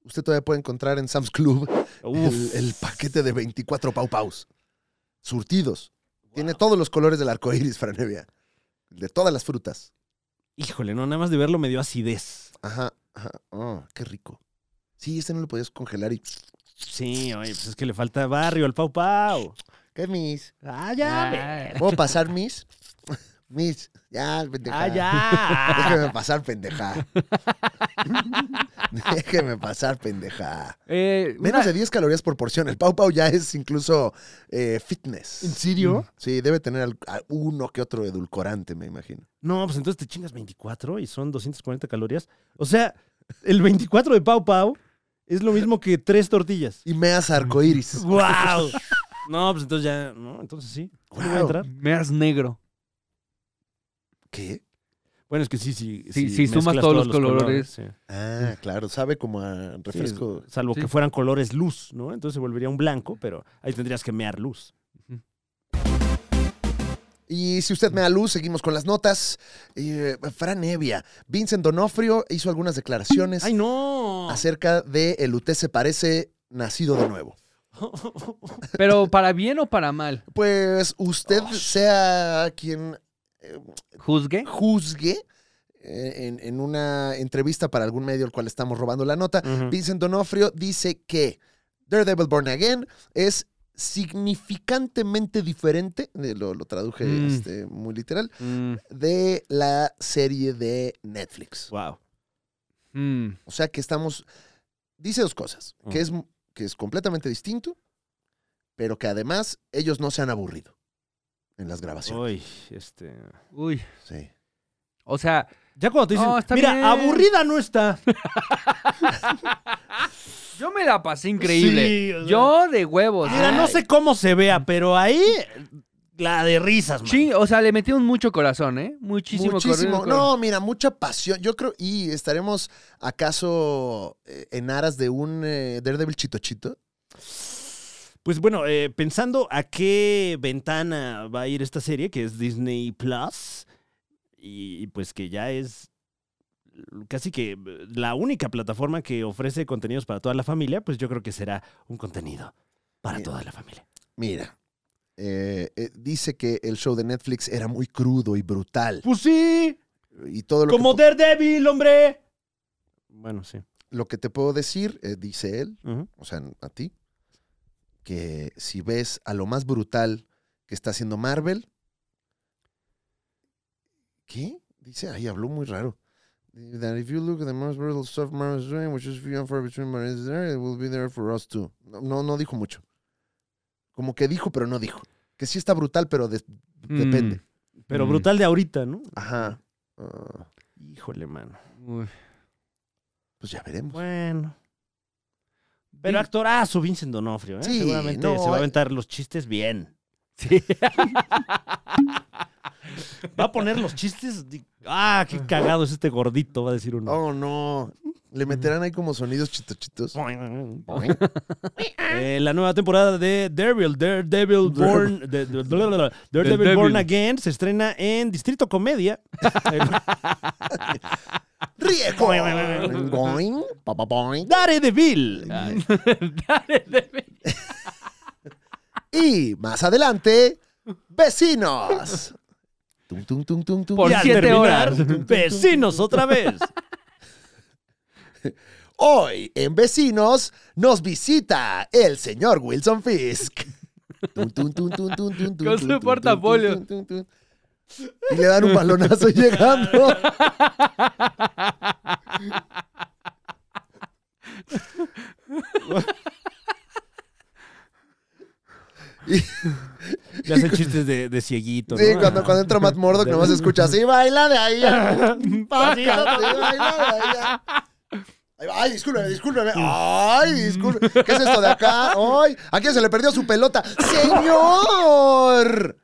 C: Usted todavía puede encontrar en Sam's Club el,
D: Uf.
C: el paquete de 24 Pau Paus. Surtidos. Tiene
D: Wow.
C: todos los colores del arco iris, Franevia. De todas las frutas.
D: Híjole, no, nada más de verlo me dio acidez.
C: Ajá, ajá. Oh, qué rico. Sí, este no lo podías congelar y.
D: Sí, oye, pues es que le falta barrio al Pau Pau.
C: ¿Qué mis?
D: Ah,
E: Ah,
C: ¿Puedo pasar mis? [laughs] Mis. Ya, pendeja.
D: Ah,
C: [laughs]
D: ya.
C: Déjeme pasar, pendeja. [laughs] Déjeme pasar, pendeja.
E: eh, una-
C: Menos de 10 calorías por porción. El Pau Pau ya es incluso eh, fitness.
D: ¿En serio?
C: Sí, debe tener al- a- uno que otro edulcorante, me imagino.
D: No, pues entonces te chingas 24 y son 240 calorías. O sea, el 24 de Pau Pau es lo mismo que tres tortillas.
C: Y
D: [laughs]
C: meas arcoíris.
D: ¡Wow! No, pues entonces ya, no, entonces sí. ¿Sí le voy a
C: Guau.
D: entrar?
E: Meas negro.
C: ¿Qué?
D: Bueno, es que sí, sí.
E: Sí, sí, sumas
D: mezclas
E: todos los colores.
D: sí.
C: Ah, claro, sabe como a
D: Sí,
C: refresco.
D: salvo
E: Sí.
D: que fueran colores luz, ¿no? Entonces se volvería un blanco, pero ahí tendrías que mear luz.
C: Y si usted me da luz, seguimos con las notas. Eh, Fran Evia, Vincent Donofrio hizo algunas declaraciones
D: ¡Ay, no!
C: acerca de el UT se parece nacido de nuevo.
E: Pero para bien o para mal.
C: Pues usted sea quien eh,
E: Juzgue.
C: juzgue eh, en, en una entrevista para algún medio al cual estamos robando la nota.
D: [laughs] Ujú.
C: Vincent Donofrio dice que Daredevil Born Again es significantemente diferente, eh, lo, lo traduje
E: Mm.
C: este, muy literal,
E: Mm,
C: de la serie de Netflix.
D: Wow.
E: mm.
C: O sea que estamos. Dice dos cosas: que es, que es completamente distinto, pero que además ellos no se han aburrido en las grabaciones.
D: Uy, este.
E: Uy.
C: Sí.
E: O sea,
D: Ya cuando te dicen,
E: No, está
D: mira,
E: bien".
D: aburrida no está.
E: yo me la pasé increíble.
D: Sí, o sea.
E: Yo de huevos.
D: Mira, no
E: Ay.
D: sé cómo se vea, pero ahí la de risas, man.
E: Ching, o sea, le metieron mucho corazón, ¿eh? Muchísimo,
C: Muchísimo.
E: corazón.
C: No, mira, mucha pasión. Yo creo, y estaremos acaso eh, en aras de un eh, Daredevil chito chito.
D: Pues bueno, eh, pensando a qué ventana va a ir esta serie, que es Disney Plus, y, y pues que ya es casi que eh, la única plataforma que ofrece contenidos para toda la familia, pues yo creo que será un contenido para
C: Bien.
D: toda la familia.
C: Mira, eh, eh, dice que el show de Netflix era muy crudo y brutal.
D: Pues sí,
C: Y todo lo, que,
D: Daredevil, hombre. Bueno, sí.
C: te- lo que te puedo decir, eh, dice él,
D: Ujú.
C: o sea, a ti, que si ves a lo más brutal que está haciendo Marvel, ¿qué? Dice, ahí habló muy raro. That if you look at the most brutal stuff Marvel is doing, which is few and far between, but it's there, it will be there for us too. No, no, no dijo mucho. Como que dijo, pero no dijo. Que sí está brutal, pero de- depende.
D: Pero
E: Mm.
D: brutal de ahorita, ¿no?
C: Ajá. Ah,
D: Híjole, mano.
E: Uy. [laughs]
C: pues ya veremos.
D: Bueno. Pero
E: Di-
D: actorazo Vincent Donofrio, ¿eh?
C: Sí,
D: Seguramente
C: no,
D: se va a
C: eh.
D: aventar los chistes bien.
E: Sí.
D: Va a poner los chistes. di- Ah, qué cagado es este gordito, va a decir uno.
C: Oh, no. Le meterán ahí como sonidos chitochitos.
D: Eh, la nueva temporada de Daredevil, Daredevil Born, de- de- bla, bla, bla, Daredevil
E: Daredevil.
D: Born Again se estrena en Distrito Comedia.
C: ¡Riego! Boing, pa, pa, boing.
D: Daredevil.
C: Ah. Y más adelante, vecinos. Tum, tum, tum, tum, tum.
E: Por
D: y al
E: siete
D: terminar,
E: horas.
D: vecinos otra vez.
C: Hoy en Vecinos nos visita el señor Wilson Fisk. Tum, tum, tum, tum, tum, tum, tum,
E: Con
C: tum,
E: su
C: tum, tum,
E: portafolio.
C: tum, tum, tum. Y le dan un balonazo llegando.
D: Ya hacen chistes de, de cieguito.
C: Sí,
D: ¿no?
C: cuando, cuando entra Matt Murdock nomás se escucha así, baila
D: [laughs]
C: de ahí. Paca, sí, baila de ahí. Ahí va, Ay, discúlpeme, discúlpeme. Ay, discúlpeme. ¿Qué es esto de acá? Ay, ¿a quién se le perdió su pelota? ¡Señor!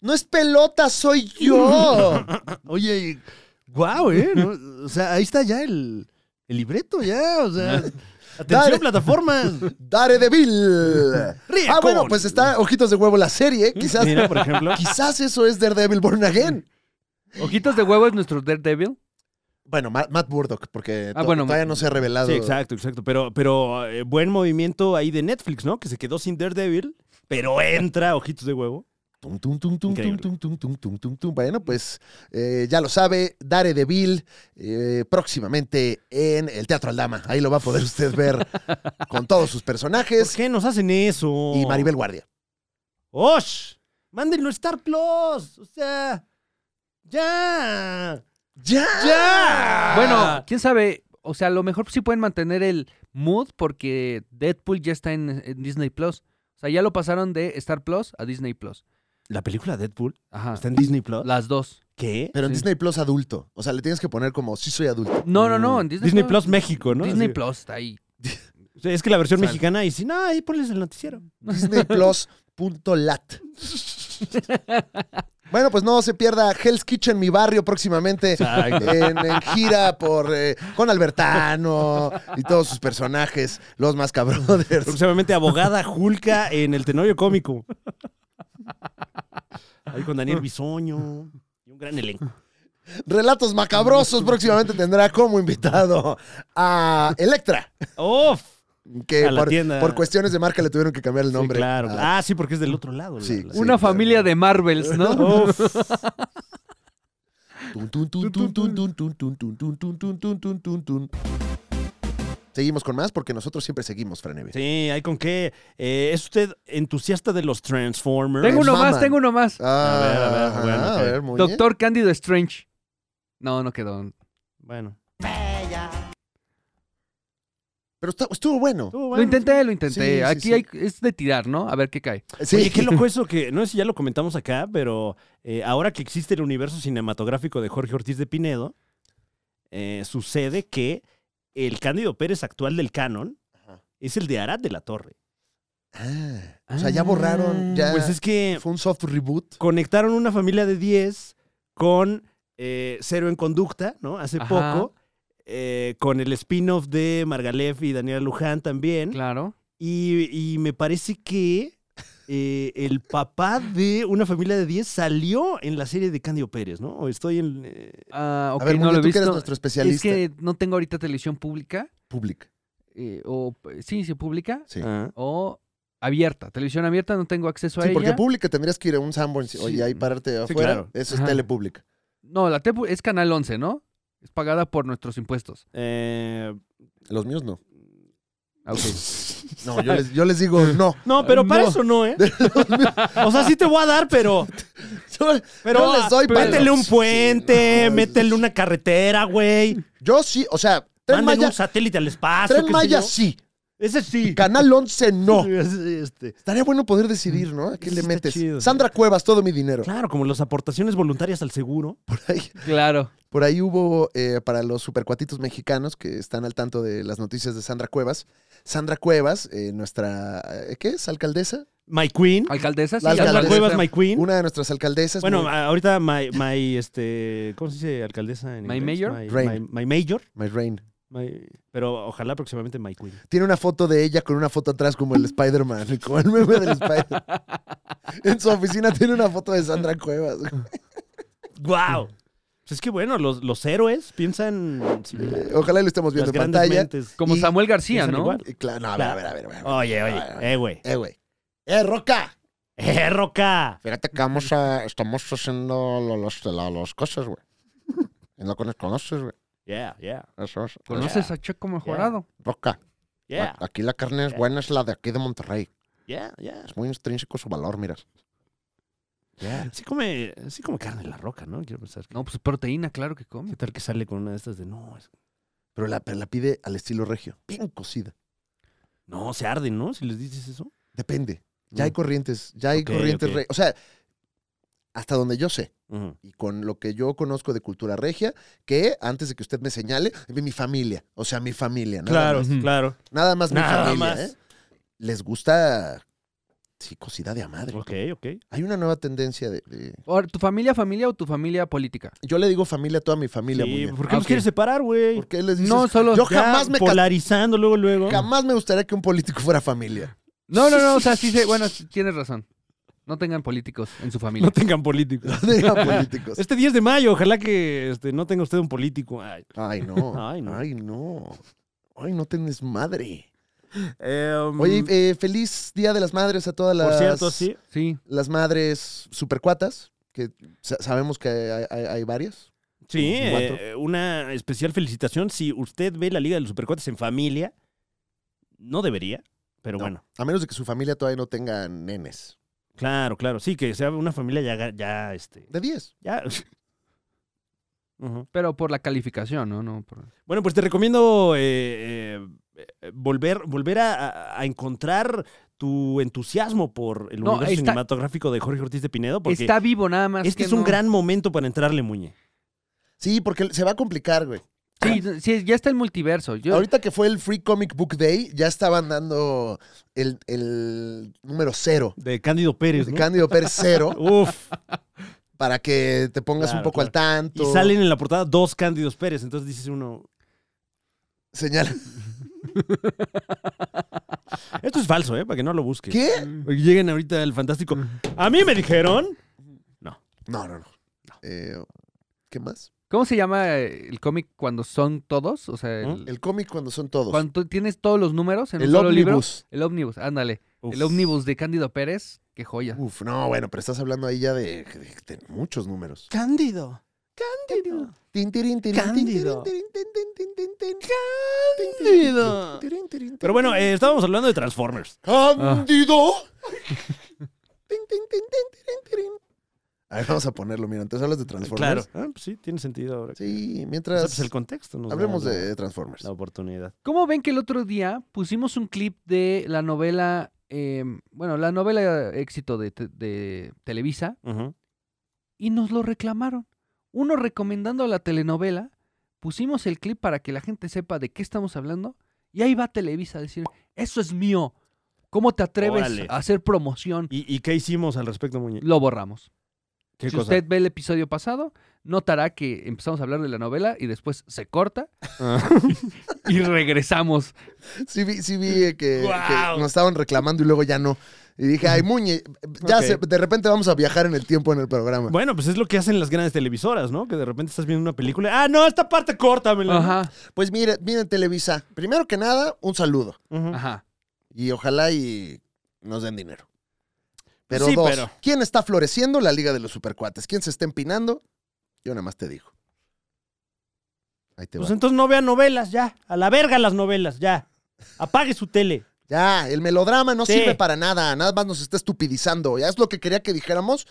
C: No es pelota, soy yo.
D: Oye, guau, ¿eh? ¿No? O sea, ahí está ya el, el libreto, ya. O
C: [laughs]
D: sea,
C: Dale.
D: atención,
C: [laughs]
D: plataformas.
C: Daredevil.
D: Ríe
C: Ah, bueno,
D: con-
C: pues está Ojitos de Huevo la serie. Quizás,
D: Mm, Mira, por ejemplo. Mm.
C: quizás eso es Daredevil Born Again.
E: Ojitos de huevo es nuestro Daredevil.
C: Bueno, Ma- Matt Murdock, porque
E: Ah,
C: to-
E: bueno,
C: todavía no se ha revelado.
D: Sí, exacto, exacto. Pero, pero eh, buen movimiento ahí de Netflix, ¿no? Que se quedó sin Daredevil, pero entra Ojitos de Huevo.
C: Tum, tum, tum, tum, tum,
D: Increíble.
C: tum, tum, tum, tum, tum, tum. Bueno, pues eh, ya lo sabe, Daredevil eh, próximamente en el Teatro Aldama. Ahí lo va a poder
D: [laughs]
C: usted ver con todos sus
D: ¿Por
C: personajes
D: qué nos hacen eso?
C: y Maribel Guardia.
D: ¡Osh! ¡Mándenlo a Star Plus! O sea, ya.
C: ¡Ya!
D: ¡Ya!
E: Bueno, quién sabe. O sea, a lo mejor sí pueden mantener el mood porque Deadpool ya está en, en Disney Plus. O sea, ya lo pasaron de Star Plus a Disney Plus.
D: ¿La película Deadpool
E: Ajá.
D: está en Disney Plus?
E: Las dos.
D: ¿Qué?
C: Pero en
E: Sí.
C: Disney Plus adulto. O sea, le tienes que poner como, sí soy adulto.
E: No, no, no. En Disney,
D: Disney Plus México, ¿no?
E: Disney
D: Así.
E: Plus está ahí.
D: O sea, Es que la versión
E: Sale.
D: mexicana, y si no, ahí ponles el noticiero.
C: Disney Plus.lat. Bueno, pues no se pierda Hell's Kitchen, mi barrio, próximamente en, en gira por eh, con Albertano y todos sus personajes, los Mascabrothers.
D: Próximamente abogada Julka en el Tenorio Cómico. Ahí con Daniel Bisoño. Y un gran elenco.
C: Relatos Macabrosos próximamente tendrá como invitado a Electra,
D: ¡Uf!
C: que
D: A la
C: por,
D: tienda.
C: por cuestiones de marca le tuvieron que cambiar el
D: Sí,
C: nombre.
D: claro.
C: a-
D: Ah, sí, porque es del otro lado. la-
C: Sí,
D: la-
C: sí.
E: Una
C: claro.
E: familia de
D: [laughs]
E: Marvels, ¿no?
C: Tun, tun, tun, tun, tun, tun, tun, tun, tun, tun, tun, tun, tun, tun, tun, tun. Seguimos con más porque nosotros siempre seguimos, Franevia.
D: Sí, hay con qué. Eh, ¿Es usted entusiasta de los Transformers?
E: tengo uno
C: maman.
E: más, tengo uno más.
C: Ah,
D: A ver, a ver, bueno,
C: ajá,
D: ok.
C: ver, muy bien.
E: Doctor Cándido Strange. No, no quedó.
D: Bueno.
C: Pero está- estuvo bueno.
D: Tú,
E: Lo
D: bueno.
E: intenté, lo intenté.
C: Sí, sí,
E: Aquí
C: sí.
E: Hay, es de tirar, ¿no? A ver qué cae.
C: Sí.
D: Oye, qué loco eso que, no sé si ya lo comentamos acá, pero eh, ahora que existe el universo cinematográfico de Jorge Ortiz de Pinedo, eh, sucede que el Cándido Pérez actual del canon
C: Ajá.
D: es el de Arad de la Torre.
C: Ah, o sea, ya borraron,
E: Ah.
C: ya
D: Pues es que
C: fue un soft reboot.
D: conectaron una familia de 10 con eh, Cero en Conducta, ¿no? Hace
E: Ajá.
D: poco. eh, con el spin-off de Margalef y Daniela Luján también.
E: Claro.
D: Y, y me parece que eh, el papá de una familia de 10 salió en la serie de Candio Pérez, ¿no? O estoy en. eh,
E: Ah, ok,
C: a ver,
E: no
C: Muñe,
E: lo he
C: tú que eres
E: visto.
C: nuestro
E: es
C: especialista.
E: que no tengo ahorita televisión pública.
C: Public.
E: eh, o sí, sí, pública.
C: Sí.
D: ah.
E: O abierta. Televisión abierta, no tengo acceso a
C: Sí,
E: ella.
C: porque Public tendrías que ir a un Sanborns
D: Sí.
C: oye, ahí pararte afuera.
D: claro.
C: Eso
E: Ajá.
C: es Telepública.
E: No, la TEPU es Canal 11, ¿no? Es pagada por nuestros impuestos.
D: Eh,
C: Los míos no.
E: Ah, ok.
C: [laughs] No,
D: [laughs]
C: yo les, yo les digo no.
D: no, pero para
E: No.
D: eso no,
C: [laughs]
D: ¿eh? o sea, sí te voy a dar, pero.
C: Yo,
D: Pero
C: Yo les doy
D: ah, métele
C: palos.
D: un puente,
C: Sí, no,
D: métele una carretera, güey.
C: yo sí, o sea, Tren
D: Manden
C: Maya,
D: un satélite al espacio.
C: Tren
D: qué sé
C: Maya
D: yo.
C: sí.
D: Ese sí.
C: Canal
D: [laughs]
C: 11 no.
D: Este,
C: Estaría bueno poder decidir, ¿no? ¿A qué
D: Eso
C: le
D: está
C: metes?
D: chido.
C: Sandra Cuevas, todo mi dinero.
D: Claro, como las aportaciones voluntarias al seguro.
C: Por ahí,
E: Claro.
C: por ahí hubo, eh, para los supercuatitos mexicanos que están al tanto de las noticias de Sandra Cuevas, Sandra Cuevas, eh, nuestra, eh, ¿qué es? ¿Alcaldesa?
D: My Queen.
E: Alcaldesa, sí,
C: La
D: Sandra
C: alcaldesa.
D: Cuevas, My Queen.
C: Una de nuestras alcaldesas.
D: bueno,
C: Pues,
D: ah.
C: muy-
D: a- ahorita my, my, este, ¿cómo se dice alcaldesa en
E: My
D: inglés?
E: mayor?
D: My,
C: Reina.
D: my- my mayor.
C: My Rain.
D: My- pero ojalá próximamente My Queen.
C: Tiene una foto de ella con una foto atrás como el Spider-Man, [laughs] como el meme
D: [laughs]
C: del Spider-Man. En su oficina tiene una foto de Sandra Cuevas.
D: ¡Guau! Pues es que bueno, los, los héroes piensan similar.
C: Eh, Ojalá lo estemos viendo
D: Las
C: en
D: grandes
C: pantalla.
D: mentes.
E: Como
C: Y-
E: Samuel García,
D: piensan
E: ¿no?
D: igual.
C: Eh, Claro, no, a ver, a ver, a ver. a ver.
D: Oye, oye,
C: A ver,
D: eh, güey.
C: Eh, güey. Eh, Roca.
D: ¡Eh, Roca!
F: Fíjate que vamos a, estamos haciendo lo- los, la- las cosas, güey. En lo que nos conoces, güey.
D: Yeah, yeah,
F: Eso es.
E: ¿Conoces a Checo Mejorado?
F: Roca.
D: yeah,
F: a- Aquí la carne es buena, es la de aquí de Monterrey.
D: yeah, yeah.
F: Es muy intrínseco su valor, miras.
D: Sí come, sí come carne la roca, ¿no? Quiero pensar. que-
E: No, pues proteína, claro que come.
D: ¿Qué tal que sale con una de estas de no? es-
C: Pero la, pero la pide al estilo regio. Bien cocida.
D: No, se arden, ¿no? Si les dices eso.
C: Depende.
D: Mm.
C: Ya hay corrientes. Ya hay
D: Ok,
C: corrientes
D: ok.
C: re- O sea, hasta donde yo sé.
D: Ujú.
C: y con lo que yo conozco de cultura regia, que antes de que usted me señale, mi familia, o sea, mi familia, nada
D: Claro,
C: más,
D: claro.
C: nada más mi
D: Nada
C: familia,
D: más.
C: ¿eh? les gusta sí, cosida de a madre.
D: Ok, ok.
C: Hay una nueva tendencia de, de-
E: Ahora, ¿Tu familia familia o tu familia política?
C: yo le digo familia a toda mi familia,
D: Sí, pues,
C: Muñe.
D: ¿Por qué
E: Ah,
D: los
E: ok.
D: quieres separar, güey?
C: ¿Por qué les dices?
E: No, solo...
C: yo
D: Ya
C: jamás me, ca-
D: polarizando luego, luego.
C: jamás me gustaría que un político fuera familia. [laughs]
E: No, no, no, o sea, sí, se... bueno, sí, tienes razón. No tengan políticos en su familia.
D: No tengan políticos.
C: No diga políticos.
D: Este 10 de mayo, ojalá que este, no tenga usted un político. Ay.
C: Ay, no.
D: Ay,
C: Ay,
D: no.
C: no. Ay, no. tienes madre.
D: Em,
C: Oye, eh, feliz Día de las Madres a todas las...
D: por cierto, sí.
E: Sí,
C: las madres supercuatas, que sa- sabemos que hay, hay- hay varias.
D: Sí,
C: Cuatro.
D: eh, una especial felicitación. Si usted ve la Liga de los Supercuates en familia, no debería, pero
C: No.
D: bueno.
C: A menos de que su familia todavía no tenga nenes.
D: Claro, claro. Sí, que sea una familia ya, ga- ya este,
C: De 10.
D: ya. [laughs] Ujú.
E: pero por la calificación, ¿no? no por-
D: Bueno, pues te recomiendo eh, eh, eh, volver, volver a, a- a encontrar tu entusiasmo por el
E: No,
D: universo
E: está-
D: cinematográfico de Jorge Ortiz de Pinedo, porque
E: Está vivo nada más
D: este
E: que
D: es un
E: no-
D: gran momento para entrarle, Muñe.
C: Sí, porque se va a complicar, güey.
E: Sí, sí, ya está el multiverso. Yo...
C: Ahorita que fue el Free Comic Book Day, ya estaban dando el, el número cero.
D: De Cándido Pérez,
C: de
D: ¿no?
C: Cándido Pérez cero,
D: Uf.
C: para que te pongas
D: Claro,
C: un poco al
D: Y
C: tanto.
D: salen en la portada dos Cándidos Pérez, entonces dices uno,
C: Señala.
D: esto es falso, ¿eh? Para que no lo busques.
C: ¿Qué?
E: mm,
D: Porque Lleguen ahorita el fantástico. A mí me dijeron.
C: No, no, no. Eh, ¿Qué más?
E: ¿Cómo se llama eh, el cómic cuando son todos? O sea,
D: ¿Mm?
E: el-
C: El cómic cuando son todos.
E: cuando tú tienes todos los números en un
C: el
E: solo libro.
C: ómnibus.
E: El ómnibus, ándale.
D: Uf.
E: El ómnibus de Cándido Pérez, qué joya.
C: Uf, no, bueno, pero estás hablando ahí ya de, de- de muchos números.
A: Cándido. Cándido.
C: Tin, tirín, tirín, tin,
A: Cándido.
C: tirín, tirín, tin, tin, tin, tin, tin.
A: Cándido.
C: Tirín, tirín, tin,
D: Pero Ah. bueno,
C: tin.
D: eh, estábamos hablando de Transformers. eh,
C: Cándido. [laughs] Tin, tin, tin, tin, tirín, tirín. A ver, vamos a ponerlo, mira, entonces hablas de
D: Claro.
C: Transformers.
D: Ah, pues sí, tiene sentido ahora.
C: Sí,
D: O sea, pues
C: mientras
D: el contexto. nos da
C: hablemos
D: la-
C: de Transformers.
D: La oportunidad.
E: ¿Cómo ven que el otro día pusimos un clip de la novela, eh, bueno, la novela éxito de, te- de Televisa
D: Ujú.
E: y nos lo reclamaron? Uno recomendando la telenovela, pusimos el clip para que la gente sepa de qué estamos hablando y ahí va Televisa a decir, eso es mío, ¿cómo te atreves
D: Órale.
E: a hacer promoción?
D: ¿Y, y qué hicimos al respecto, Muñe?
E: Lo borramos.
D: ¿Qué
E: si
D: cosa?
E: usted ve el episodio pasado, notará que empezamos a hablar de la novela y después
D: [laughs]
E: se corta y regresamos.
C: Sí vi, sí vi eh, que,
D: Guau.
C: que nos estaban reclamando y luego ya no. Y dije, ay, Muñe, ya
D: Ok.
C: se- de repente vamos a viajar en el tiempo en el programa.
D: Bueno, pues es lo que hacen las grandes televisoras, ¿no? Que de repente estás viendo una película. Ah, no, esta parte córtamela.
E: Ajá,
C: Pues mire, miren Televisa, primero que nada, un saludo.
D: Ujú.
E: ajá.
C: Y ojalá y nos den dinero. Pero
D: Sí,
C: dos,
D: pero-
C: ¿quién está floreciendo la Liga de los Supercuates? ¿Quién se está empinando? Yo nada más te digo. Ahí te
D: Pues
C: va.
D: entonces no vean novelas ya. A la verga las novelas ya. Apague su tele.
C: Ya, el melodrama no
D: Sí.
C: sirve para nada. Nada más nos está estupidizando. Ya es lo que quería que dijéramos.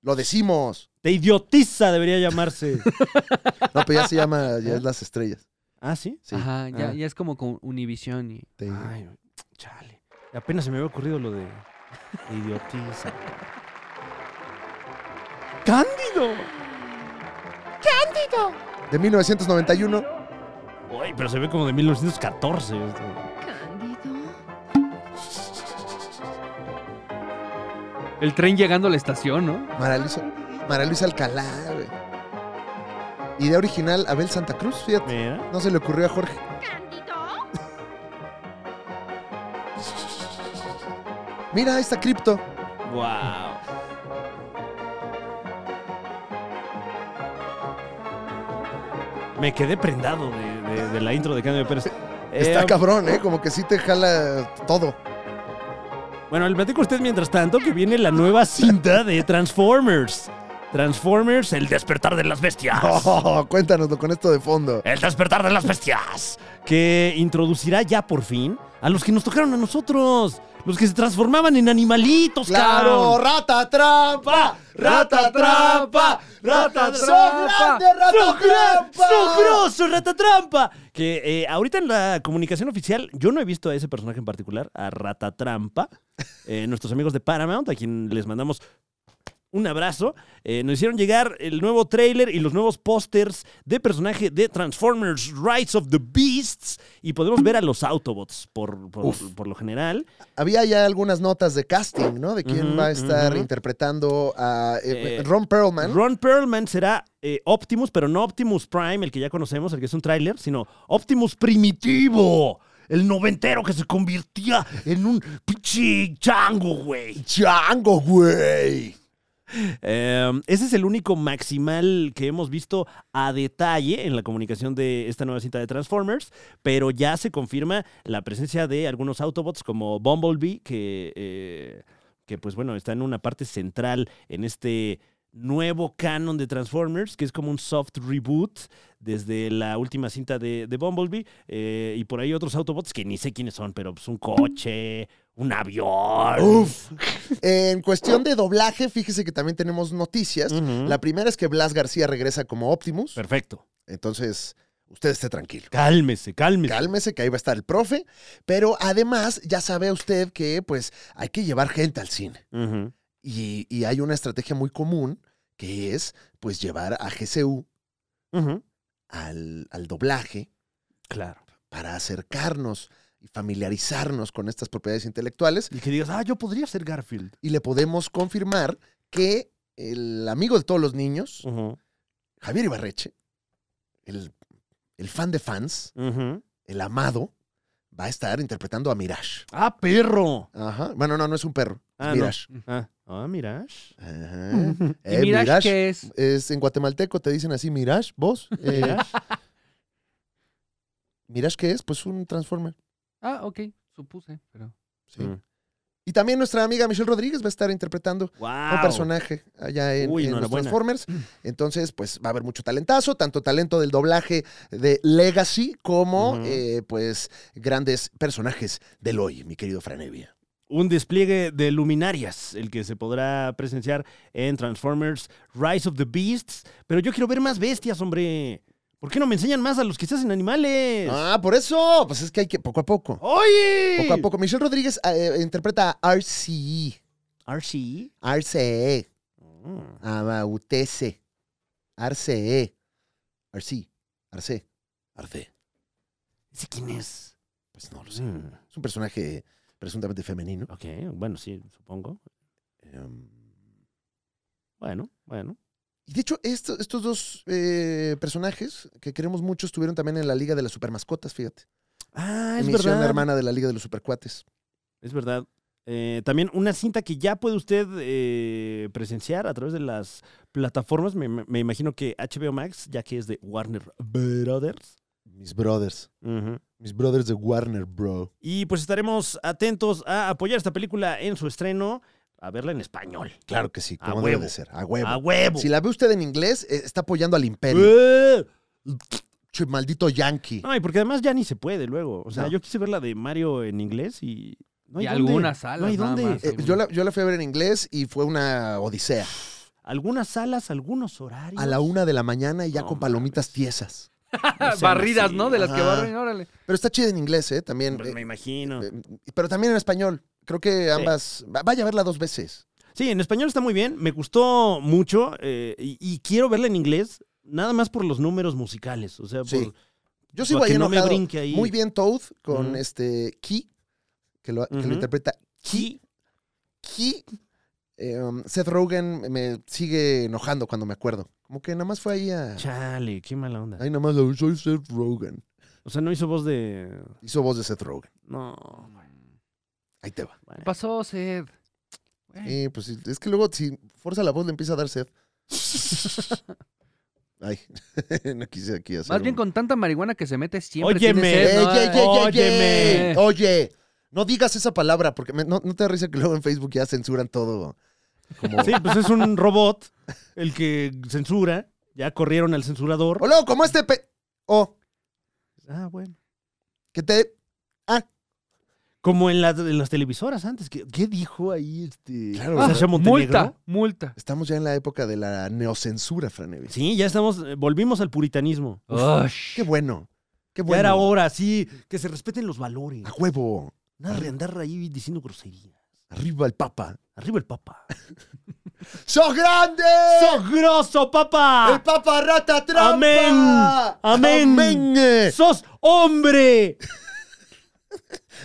C: Lo decimos.
D: Te idiotiza debería
E: [laughs]
D: llamarse.
C: No, pero ya se llama,
D: [laughs]
C: ya es las estrellas.
D: ¿Ah, sí?
C: Sí.
E: Ajá, ya,
D: Ah.
E: ya es como con Univision y...
C: Te-
D: Ay, chale. Apenas se me había ocurrido lo de te idiotiza. ¡Cándido!
C: De 1991.
D: Uy, pero se ve como de 1914. esto.
E: El tren llegando a la estación, ¿no?
C: Mara Luisa, Mara Luisa Alcalá, güey. Idea original, Abel Santa Cruz, fíjate.
D: Mira.
C: No se le ocurrió a Jorge. Mira, ahí está Cripto.
D: Wow. Me quedé prendado de, de- de la intro de Cándido Pérez.
C: Está
D: Eh,
C: cabrón, ¿eh? Como que sí te jala todo.
D: Bueno, le platico a usted mientras tanto que viene la nueva cinta de Transformers. Transformers, el despertar de las
C: [laughs]
D: bestias. Ah,
C: Oh, cuéntanoslo con esto de fondo.
D: El despertar de las bestias. Que introducirá ya por fin a los que nos tocaron a nosotros. Los que se transformaban en animalitos,
C: ¡Claro! ¡Rata trampa! ¡Rata trampa! ¡Rata trampa! ¡Son grande, rata trampa!
D: ¡Sogroso, Ratatrampa! Que eh, ahorita en la comunicación oficial, yo no he visto a ese personaje en particular, a Ratatrampa. Eh, nuestros amigos de Paramount, a quien les mandamos un abrazo, eh, nos hicieron llegar el nuevo tráiler y los nuevos pósters de personaje de Transformers Rise of the Beasts. Y podemos ver a los Autobots por, por- por lo general.
C: Había ya algunas notas de casting, ¿no? De quién
D: Ujú,
C: va a estar
D: ujú.
C: interpretando a eh,
D: Eh,
C: Ron Perlman.
D: Ron Perlman será eh, Optimus, pero no Optimus Prime, el que ya conocemos, el que es un tráiler, sino Optimus Primitivo. El noventero que se convertía en un pinche chango, güey.
C: Django, güey.
D: Eh, ese es el único maximal que hemos visto a detalle en la comunicación de esta nueva cinta de Transformers, pero ya se confirma la presencia de algunos Autobots como Bumblebee, que, eh, que pues bueno, está en una parte central en este nuevo canon de Transformers, que es como un soft reboot desde la última cinta de, de Bumblebee, eh, y por ahí otros Autobots que ni sé quiénes son, pero pues un coche, un avión.
C: Uf. En cuestión de doblaje, fíjese que también tenemos noticias.
D: Ujú.
C: La primera es que Blas García regresa como Optimus.
D: Perfecto.
C: Entonces, usted esté tranquilo.
D: Cálmese, cálmese.
C: Cálmese que ahí va a estar el profe. Pero además, ya sabe usted que pues hay que llevar gente al cine.
D: Ujú.
C: Y, y hay una estrategia muy común que es pues llevar a GCU
D: Ujú.
C: al, al doblaje
D: Claro.
C: para acercarnos y familiarizarnos con estas propiedades intelectuales.
D: Y que digas, ah, yo podría ser Garfield.
C: Y le podemos confirmar que el amigo de todos los niños, Javier Ibarreche, el, el fan de fans, el amado, va a estar interpretando a Mirage.
D: Ah, perro.
C: Ajá. Bueno, no, no es un perro. Es
D: Ah, no. [laughs]
C: Mirage.
D: Ah, ah, Mirage.
C: Ajá.
E: ¿Y
C: Eh,
E: Mirage
C: Mirage
E: qué es?
C: es en guatemalteco, te dicen así, Mirage, vos. Eh,
D: Mirage.
C: Mirage, ¿qué es? Pues un Transformer.
E: Ah, ok, supuse, pero...
C: Sí.
D: Mm.
C: Y también nuestra amiga Michelle Rodríguez va a estar interpretando a
D: Wow.
C: un personaje allá en,
D: Uy,
C: en los
D: enhorabuena. Mm.
C: Transformers. Entonces, pues va a haber mucho talentazo, tanto talento del doblaje de Legacy como,
D: Ujú.
C: eh, pues, grandes personajes del hoy, mi querido Franevia.
D: Un despliegue de luminarias, el que se podrá presenciar en Transformers Rise of the Beasts. Pero yo quiero ver más bestias, hombre. ¿Por qué no me enseñan más a los que se hacen animales?
C: Ah, por eso. Pues es que hay que poco a poco.
D: ¡Oye!
C: Poco a poco. Michelle Rodríguez eh, interpreta a E, RCE.
D: RC.
C: RCE.
D: Mm.
C: Abautese. RCE. RCE. RCE. RCE.
D: ¿Ese quién es?
C: Pues no lo sé.
D: Mm.
C: Es un personaje presuntamente femenino.
D: Ok, bueno, sí, supongo.
C: Em,
D: Bueno, bueno.
C: Y de hecho, esto- estos dos eh, personajes que queremos mucho estuvieron también en la Liga de las Supermascotas, fíjate.
D: Ah,
C: Emisión hermana de la Liga de los Supercuates.
D: Es verdad. Eh, también una cinta que ya puede usted eh, presenciar a través de las plataformas. Me, me imagino que HBO Max, ya que es de Warner Brothers.
C: Mis brothers.
D: Ujú.
C: Mis brothers de Warner, bro.
D: Y pues estaremos atentos a apoyar esta película en su estreno, a verla en español.
C: Claro que sí,
D: A
C: como debe
D: huevo.
C: de ser. A huevo.
D: A huevo.
C: Si la ve usted en inglés, eh, está apoyando al imperio.
D: ¡Eh!
C: Che, maldito yankee.
D: No, y porque además ya ni se puede luego. O sea,
C: No.
D: yo quise ver la de Mario en inglés y. No hay
E: Y
D: dónde.
E: algunas
D: No hay
E: salas nada
D: dónde.
E: más.
D: Eh,
C: Eh, yo, la, yo la fui a ver en inglés y fue una odisea.
D: algunas salas, algunos horarios.
C: A la una de la mañana y ya
D: No
C: con palomitas tiesas.
D: sean
E: [laughs] Barridas,
D: así.
E: ¿no? De las que
C: Ajá.
E: barren, órale.
C: Pero está chida en inglés, ¿eh? También.
D: Pues
C: eh,
D: me imagino.
C: eh, pero también en español. Creo que ambas. va- Vaya a verla dos veces.
D: Sí, en español está muy bien. Me gustó mucho eh, y, y quiero verla en inglés, nada más por los números musicales. O sea, por-
C: Sí. Yo
D: Para
C: sigo ahí
D: Pues que no me
C: enojado.
D: brinque ahí.
C: Muy bien Toad con
D: Ujú.
C: este Key, que lo, que lo
D: Ujú.
C: interpreta
D: sí.
C: Key. Eh, um, Seth Rogen me sigue enojando cuando me acuerdo. Como que nada más fue ahí a...
D: Chale, qué mala onda.
C: Ahí nada más, "Ay, soy Seth Rogen.
D: O sea, no hizo voz de.
C: Hizo voz de Seth Rogen.
D: No.
C: Ahí te va.
E: ¿Qué pasó, Sed?
C: Eh, pues sí, es que luego si forza la voz le empieza a dar Seth. Ay, [laughs] no quise aquí hacer...
E: Más bien
C: un-
E: con tanta marihuana que se mete siempre
D: Óyeme.
E: tiene
C: ¡Ey,
E: sed, ¿no?
C: ey, ey, ey,
D: Óyeme.
C: ey! Oye, no digas esa palabra porque me- no, no te da risa que luego en Facebook ya censuran todo. Como...
D: Sí, pues es un robot el que censura. Ya corrieron al censurador.
C: O luego, como este pe... Oh,
D: Ah, bueno.
C: que te...
D: Como en, las- en las televisoras antes. ¿Qué, qué dijo ahí este?
C: Claro.
D: Sasha
E: Ah,
D: Montenegro?
E: multa, multa.
C: Estamos ya en la época de la neocensura, Franevis.
D: Sí, ya estamos. eh, Volvimos al puritanismo.
E: Ush.
C: Qué bueno. Qué
D: Ya
C: bueno.
D: era hora, sí. Que se respeten los valores.
C: A huevo.
D: Nada de andar ahí diciendo grosería.
C: Arriba el Papa.
D: Arriba el papa.
C: ¡Sos grande!
D: ¡Sos grosso,
C: ¡El
D: papa!
C: Papa Rata Trampa!
D: Ah. Amén. Amén.
C: ¡Amén! eh.
D: ¡Sos hombre!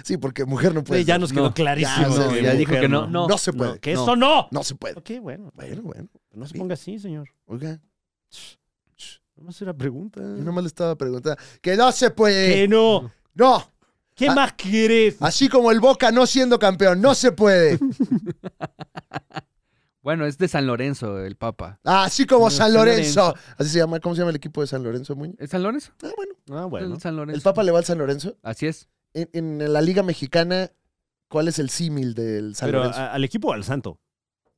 C: Sí, porque mujer pues, no puede.
D: Eh, ya
C: ser.
D: nos quedó
E: no,
D: clarísimo.
C: ya no,
D: que
C: ya dijo
D: mujer
E: que no,
C: no, se puede.
D: que
E: no.
D: eso no.
C: No se puede.
D: Ok, bueno.
C: Bueno, bueno.
D: No se
C: bien.
D: ponga así, señor.
C: Oiga,
D: Vamos a hacer la pregunta.
C: yo nomás le estaba preguntando. ¡Que no se puede!
D: Que no.
C: ¡No!
D: ¿Qué
C: Ah.
D: más querés?
C: Así como el Boca no siendo campeón. ¡No se puede!
E: Bueno, es de San Lorenzo, el Papa.
C: Así como
E: No,
C: San
E: San Lorenzo.
C: Lorenzo. Así se llama. ¿Cómo se llama el equipo de San Lorenzo, Muñoz?
E: ¿Es San Lorenzo?
C: Ah, bueno.
D: Ah, bueno.
E: El San Lorenzo.
C: ¿El Papa le va al San Lorenzo?
E: Así es.
C: En, en la Liga Mexicana, ¿cuál es el símil del San
D: Pero ah,
C: Lorenzo?
D: a- al equipo o al santo.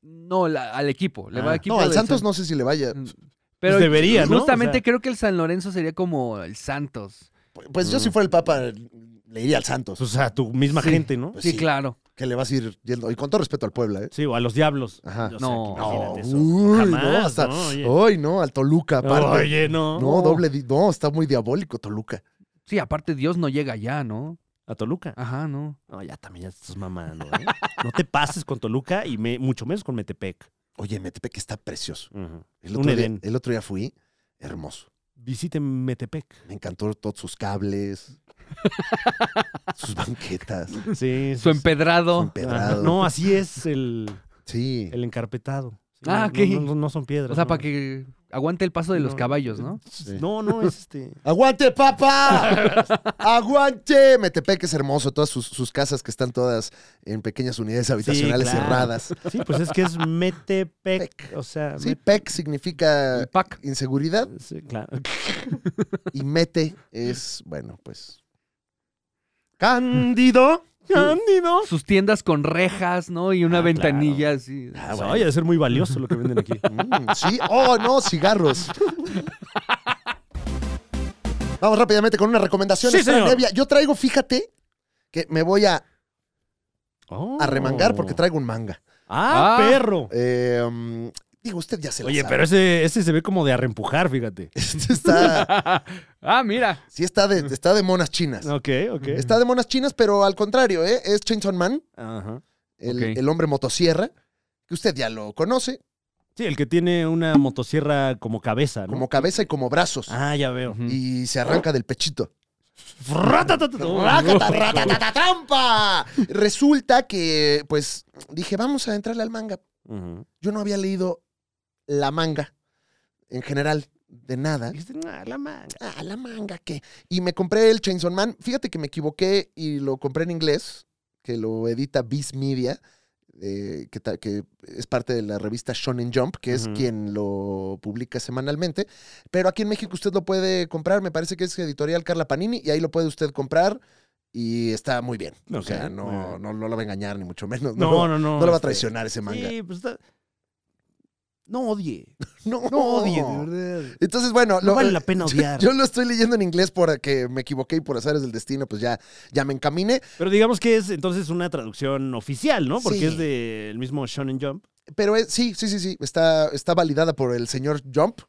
E: No, la- al equipo. Le
D: Ah.
E: va al equipo.
C: no, al
E: del
C: Santos
E: San-
C: no sé si le vaya.
E: Pero
D: Pues debería, ¿no?
E: Justamente
D: O sea-
E: creo que el San Lorenzo sería como el Santos.
C: Pues, pues yo si fuera el Papa, le iría al Santos.
D: O sea, tu misma
E: Sí.
D: gente, ¿no?
C: Pues
E: sí,
C: sí.
E: claro.
C: Que le vas a ir yendo. Y con todo respeto al Puebla, ¿eh?
D: Sí, o a los diablos.
C: Ajá.
D: O sea,
E: No.
D: que imagínate eso.
C: Uy, no,
D: Jamás,
C: hasta-
D: no, oye.
C: Ay, no, al Toluca aparte.
D: Oye, no.
C: no, doble. di- No, está muy diabólico Toluca.
E: Sí, aparte Dios no llega ya, ¿no?
D: A Toluca.
E: Ajá, no.
D: No, ya también ya te estás mamando, ¿eh? No te pases con Toluca y me- mucho menos con Metepec.
C: Oye, Metepec está precioso.
D: Ujú.
C: El
D: Un
C: otro, día,
D: Edén.
C: el otro día fui, hermoso.
D: Visite Metepec.
C: [laughs] Me encantó todos sus
D: [laughs]
C: cables, sus banquetas,
D: Sí. sí,
E: Su
D: sí.
C: su
E: empedrado.
C: empedrado.
D: No, así es el,
C: sí.
D: el encarpetado. Sí,
E: Ah,
D: no,
E: ok.
D: No, no- no son piedras.
E: O sea,
D: no.
E: para que aguante el paso de los
D: No.
E: caballos, ¿no?
C: Sí.
D: No, no, es este. [laughs]
C: ¡Aguante, papá! ¡Aguante! Metepec es hermoso, todas sus, sus casas que están todas en pequeñas unidades habitacionales
D: claro. [laughs]
C: cerradas.
D: Sí, pues es
C: [laughs]
D: que es Metepec. O sea,
C: Sí,
D: met-
C: PEC significa
E: El pack.
C: inseguridad
D: sí, claro.
C: y mete es, bueno, pues...
D: Cándido. Cándido.
E: Sus tiendas con rejas, ¿no? Y una
D: Ah,
E: ventanilla así.
D: Ah, bueno. Oye, debe ser muy valioso lo que venden aquí.
C: mm, sí, oh, no, cigarros. Vamos rápidamente con una recomendación.
D: Sí,
C: Fran
D: señor.
C: Evia. Yo traigo, fíjate, que me voy a
D: Oh.
C: arremangar porque traigo un manga.
D: Ah,
E: Ah.
D: perro.
C: Eh, mm, digo, usted ya se la
D: Oye,
C: sabe.
D: pero ese, ese se ve como de arrempujar, fíjate.
C: [laughs] Este está...
E: [laughs] ah, mira.
C: Sí, está de, está de monas chinas.
D: Ok, ok.
C: Está de monas chinas, pero al contrario, ¿eh? es Chainsaw Man,
D: Ajá.
C: el,
E: Ok.
C: el hombre motosierra, que usted ya lo conoce,
D: Sí, el que tiene una motosierra como cabeza, ¿no?
C: como cabeza y como brazos.
D: Ah, ya veo.
E: Ujú.
C: Y se arranca del pechito. ¡Rácata,
D: Ratatata.
C: [laughs] ratatata, trampa! Resulta que, pues, dije, vamos a entrarle al manga.
D: Ujú.
C: Yo no había leído la manga, en general, de nada.
D: Dijiste, "Ah, la manga.
C: Ah, la manga, ¿qué? Y me compré el Chainsaw Man. Fíjate que me equivoqué y lo compré en inglés, que lo edita Viz Media, eh, que, ta- que es parte de la revista Shonen Jump, que es
D: Ujú.
C: quien lo publica semanalmente. Pero aquí en México usted lo puede comprar, me parece que es editorial Carla Panini, y ahí lo puede usted comprar y está muy bien. O
D: Ok,
C: sea,
D: muy
C: no,
D: bien.
C: no, no lo va a engañar, ni mucho menos. No,
D: No,
C: no,
D: no, no.
C: lo va a
D: este,
C: traicionar ese manga.
D: Sí, pues está- No odie.
C: No,
D: No odie, de verdad.
C: Entonces, bueno, eh,
D: No vale la pena
C: [laughs] yo-
D: odiar.
C: Yo lo estoy leyendo en inglés porque me equivoqué y por azares del destino, pues ya, ya me encaminé.
D: Pero digamos que es entonces una traducción oficial, ¿no? Porque
C: Sí.
D: es del mismo Shonen Jump.
C: Pero es- sí, sí, sí, sí, está, está validada por el señor
D: [laughs]
C: Jump.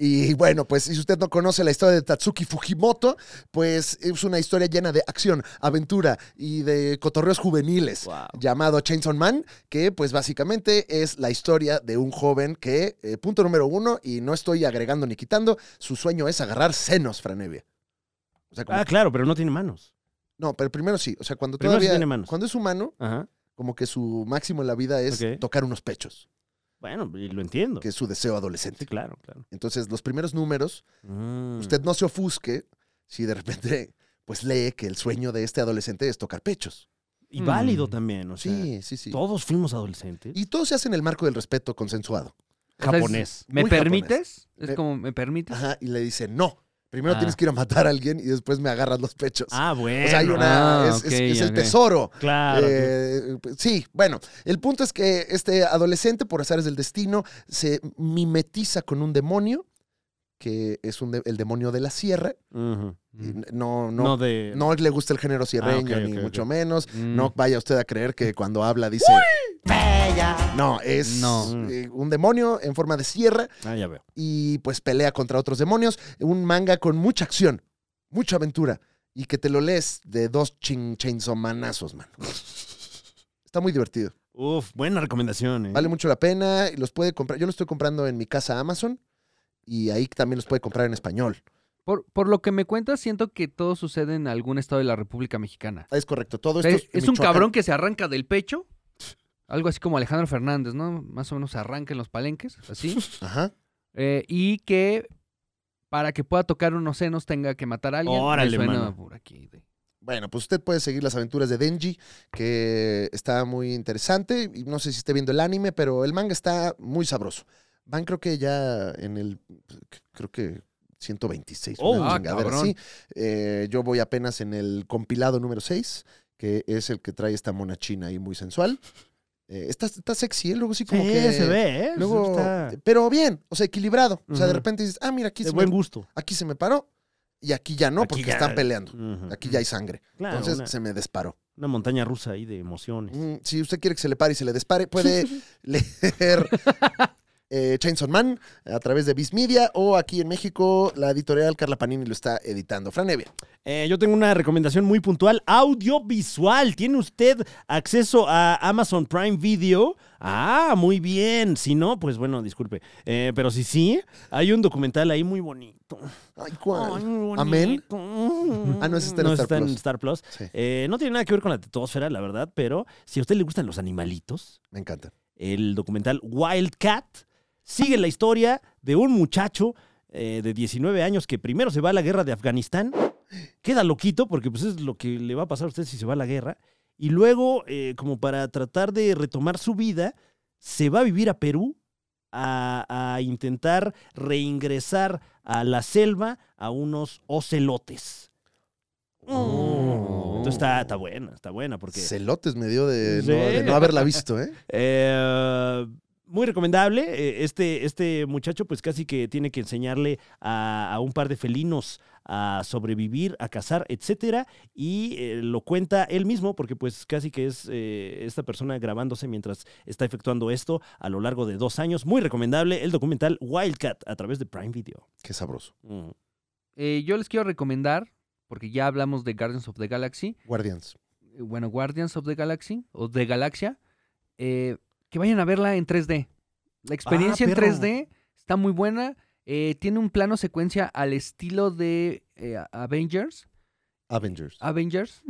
C: Y bueno, pues si usted no conoce la historia de Tatsuki Fujimoto, pues es una historia llena de acción, aventura y de cotorreos juveniles. llamado Chainsaw Man, que pues básicamente es la historia de un joven que, eh, punto número uno, y no estoy agregando ni quitando, su sueño es agarrar senos, Franevia. O sea, como-
D: Ah, claro, pero no tiene manos.
C: no, pero primero sí, o sea, cuando
D: Primero sí
C: todavía,
D: tiene manos.
C: cuando es humano,
D: Ajá.
C: como que su máximo en la vida es
D: Ok.
C: tocar unos pechos,
D: Bueno, y lo entiendo.
C: que es su deseo
D: Sí,
C: adolescente.
D: claro, claro.
C: Entonces, los primeros números,
D: Mm.
C: usted no se ofusque si de repente pues lee que el sueño de este adolescente es tocar pechos.
D: Y válido
E: Mm.
D: también, o sea.
C: sí, sí, sí.
D: Todos fuimos adolescentes.
C: Y todo se hace en el marco del respeto consensuado.
E: O sea, es-
D: Japonés.
E: ¿Me
C: Muy
E: permites?
C: Me-
E: Es como, ¿me permites?
C: Eh, Ajá, y le dice, no, primero
E: Ah.
C: tienes que ir a matar a alguien y después me agarras los pechos.
D: Ah, bueno.
C: o sea, hay una,
E: Ah,
C: es, es-
E: ok,
C: es el
E: ok.
C: tesoro.
D: Claro.
C: Eh, pues, sí, bueno, el punto es que este adolescente, por azares del destino, se mimetiza con un demonio, que es un de- el demonio de la sierra.
D: Ujú.
C: y
E: Mm.
C: No,
D: no,
C: no, no,
D: de.
C: le gusta el género sierreño,
D: ok,
C: ni
D: ok,
C: mucho
D: ok.
C: menos.
E: Mm.
C: No vaya usted a creer que cuando habla dice... Bella. No, es
E: No.
C: eh, un demonio en forma de sierra
D: Ah, ya veo.
C: y pues pelea contra otros demonios. Un manga con mucha acción, mucha aventura y que te lo lees de dos chin chainsaw manazos, mano. Está muy divertido.
D: Uf, buena recomendación, ¿eh?
C: Vale mucho la pena y los puede comprar. Yo los estoy comprando en mi casa Amazon y ahí también los puede comprar en español.
E: Por, por lo que me cuentas, siento que todo sucede en algún estado de la República Mexicana.
C: Es correcto. Todo
E: O
C: esto
E: sea, es un
C: Michoacán.
E: cabrón que se arranca del pecho. Algo así como Alejandro Fernández, ¿no? Más o menos se arranca en los palenques,
C: [laughs]
E: así.
C: Ajá.
E: Eh, y que para que pueda tocar unos senos tenga que matar a alguien. Me
D: Órale,
E: suena
D: mano.
E: por aquí. güey.
C: Bueno, pues usted puede seguir las aventuras de Denji, que está muy interesante. Y No sé si esté viendo el anime, pero el manga está muy sabroso. Van, creo que ya en el. Creo que 126.
D: Oh,
C: una
E: ah,
C: chingadera
E: cabrón.
C: así. Eh, yo voy apenas en el compilado número 6, que es el que trae esta mona china ahí muy sensual. Eh, está, está sexy, ¿eh? luego sí, como
D: sí,
C: que.
D: se ve, ¿eh?
C: Luego,
D: Está
C: Pero bien, o sea, equilibrado. O sea, de
D: Ujú.
C: repente dices, ah, mira, aquí,
D: de
C: se
D: buen
C: me,
D: gusto.
C: aquí se me paró y aquí ya no,
D: Aquí
C: porque
D: ya-
C: están peleando.
D: Ujú.
C: Aquí ya hay sangre.
D: Claro,
C: Entonces
D: Ah, una,
C: se me disparó.
D: una montaña rusa ahí de emociones.
C: Mm, Si usted quiere que se le pare y se le dispare,
D: [laughs]
C: puede leer eh, Chainsaw Man a través de Viz Media o aquí en México la editorial Carla Panini lo está editando. Fran Evia.
D: Eh, yo tengo una recomendación muy puntual, audiovisual. ¿Tiene usted acceso a Amazon Prime Video? Ah, muy bien. Si no, pues bueno, disculpe. Eh, pero si sí, hay un documental ahí muy bonito.
C: Ay, ¿cuál?
D: Ay, muy bonito.
C: ¿Amén?
D: Mm.
C: Ah, no, ese está en Star
D: está
C: Plus.
D: Star Plus.
C: Sí,
D: Eh, no tiene nada que ver con la tetosfera, la verdad, pero si a usted le gustan los animalitos,
C: me encanta.
D: el documental Wildcat sigue la historia de un muchacho eh, de 19 años que primero se va a la guerra de Afganistán, queda loquito porque pues es lo que le va a pasar a usted si se va a la guerra, y luego eh, como para tratar de retomar su vida, se va a vivir a Perú a, a intentar reingresar a la selva a unos ocelotes. Entonces está, está buena, está buena porque...
C: Celotes me dio de,
D: Sí.
C: no, de no haberla visto, ¿eh?
D: Eh, muy recomendable. Eh, Este, este muchacho, pues casi que tiene que enseñarle a, a un par de felinos a sobrevivir, a cazar, etcétera. Y eh, lo cuenta él mismo, porque pues casi que es eh, esta persona grabándose mientras está efectuando esto a lo largo de dos años. Muy recomendable el documental Wildcat a través de Prime Video.
C: Qué sabroso.
D: Mm.
E: Eh, yo les quiero recomendar, porque ya hablamos de Guardians of the Galaxy.
C: Guardians.
E: eh, Bueno, Guardians of the Galaxy, o de Galaxia. eh, que vayan a verla en 3D. La experiencia en
D: perro.
E: 3D está muy buena. eh, tiene un plano secuencia al estilo de eh, Avengers.
D: Ah,
C: Avengers.
E: Avengers.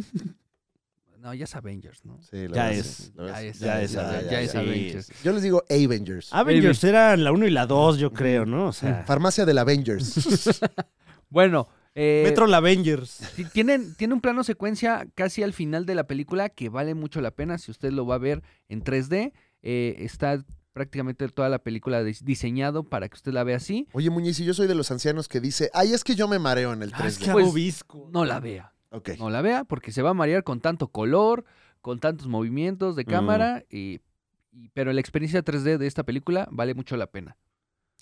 E: No, ya es Avengers, ¿no?
C: Sí, la
D: Ya
C: verdad,
D: es.
C: sí, la verdad,
E: Ya es,
C: sí.
D: ya es, Ah.
E: ya,
C: ya,
E: ya es
D: ya.
E: Avengers.
C: Yo les digo Avengers.
D: Avengers eran la 1 y la 2, yo creo, ¿no? O sea,
C: Farmacia
D: [laughs]
C: del Avengers.
E: Bueno, eh,
D: Metro la Avengers.
E: Sí, tienen, tiene un plano secuencia casi al final de la película que vale mucho la pena. Si usted lo va a ver en 3D, eh, está prácticamente toda la película dis- diseñado para que usted la vea así.
C: Oye, Muñiz, y yo soy de los ancianos que dice, ay, es que yo me mareo en el
D: Ah,
C: 3D.
E: Pues,
D: obisco.
E: No la vea,
C: Ok.
E: no la vea porque se va a marear con tanto color, con tantos movimientos de cámara. y- y- pero la experiencia 3D de esta película vale mucho la pena.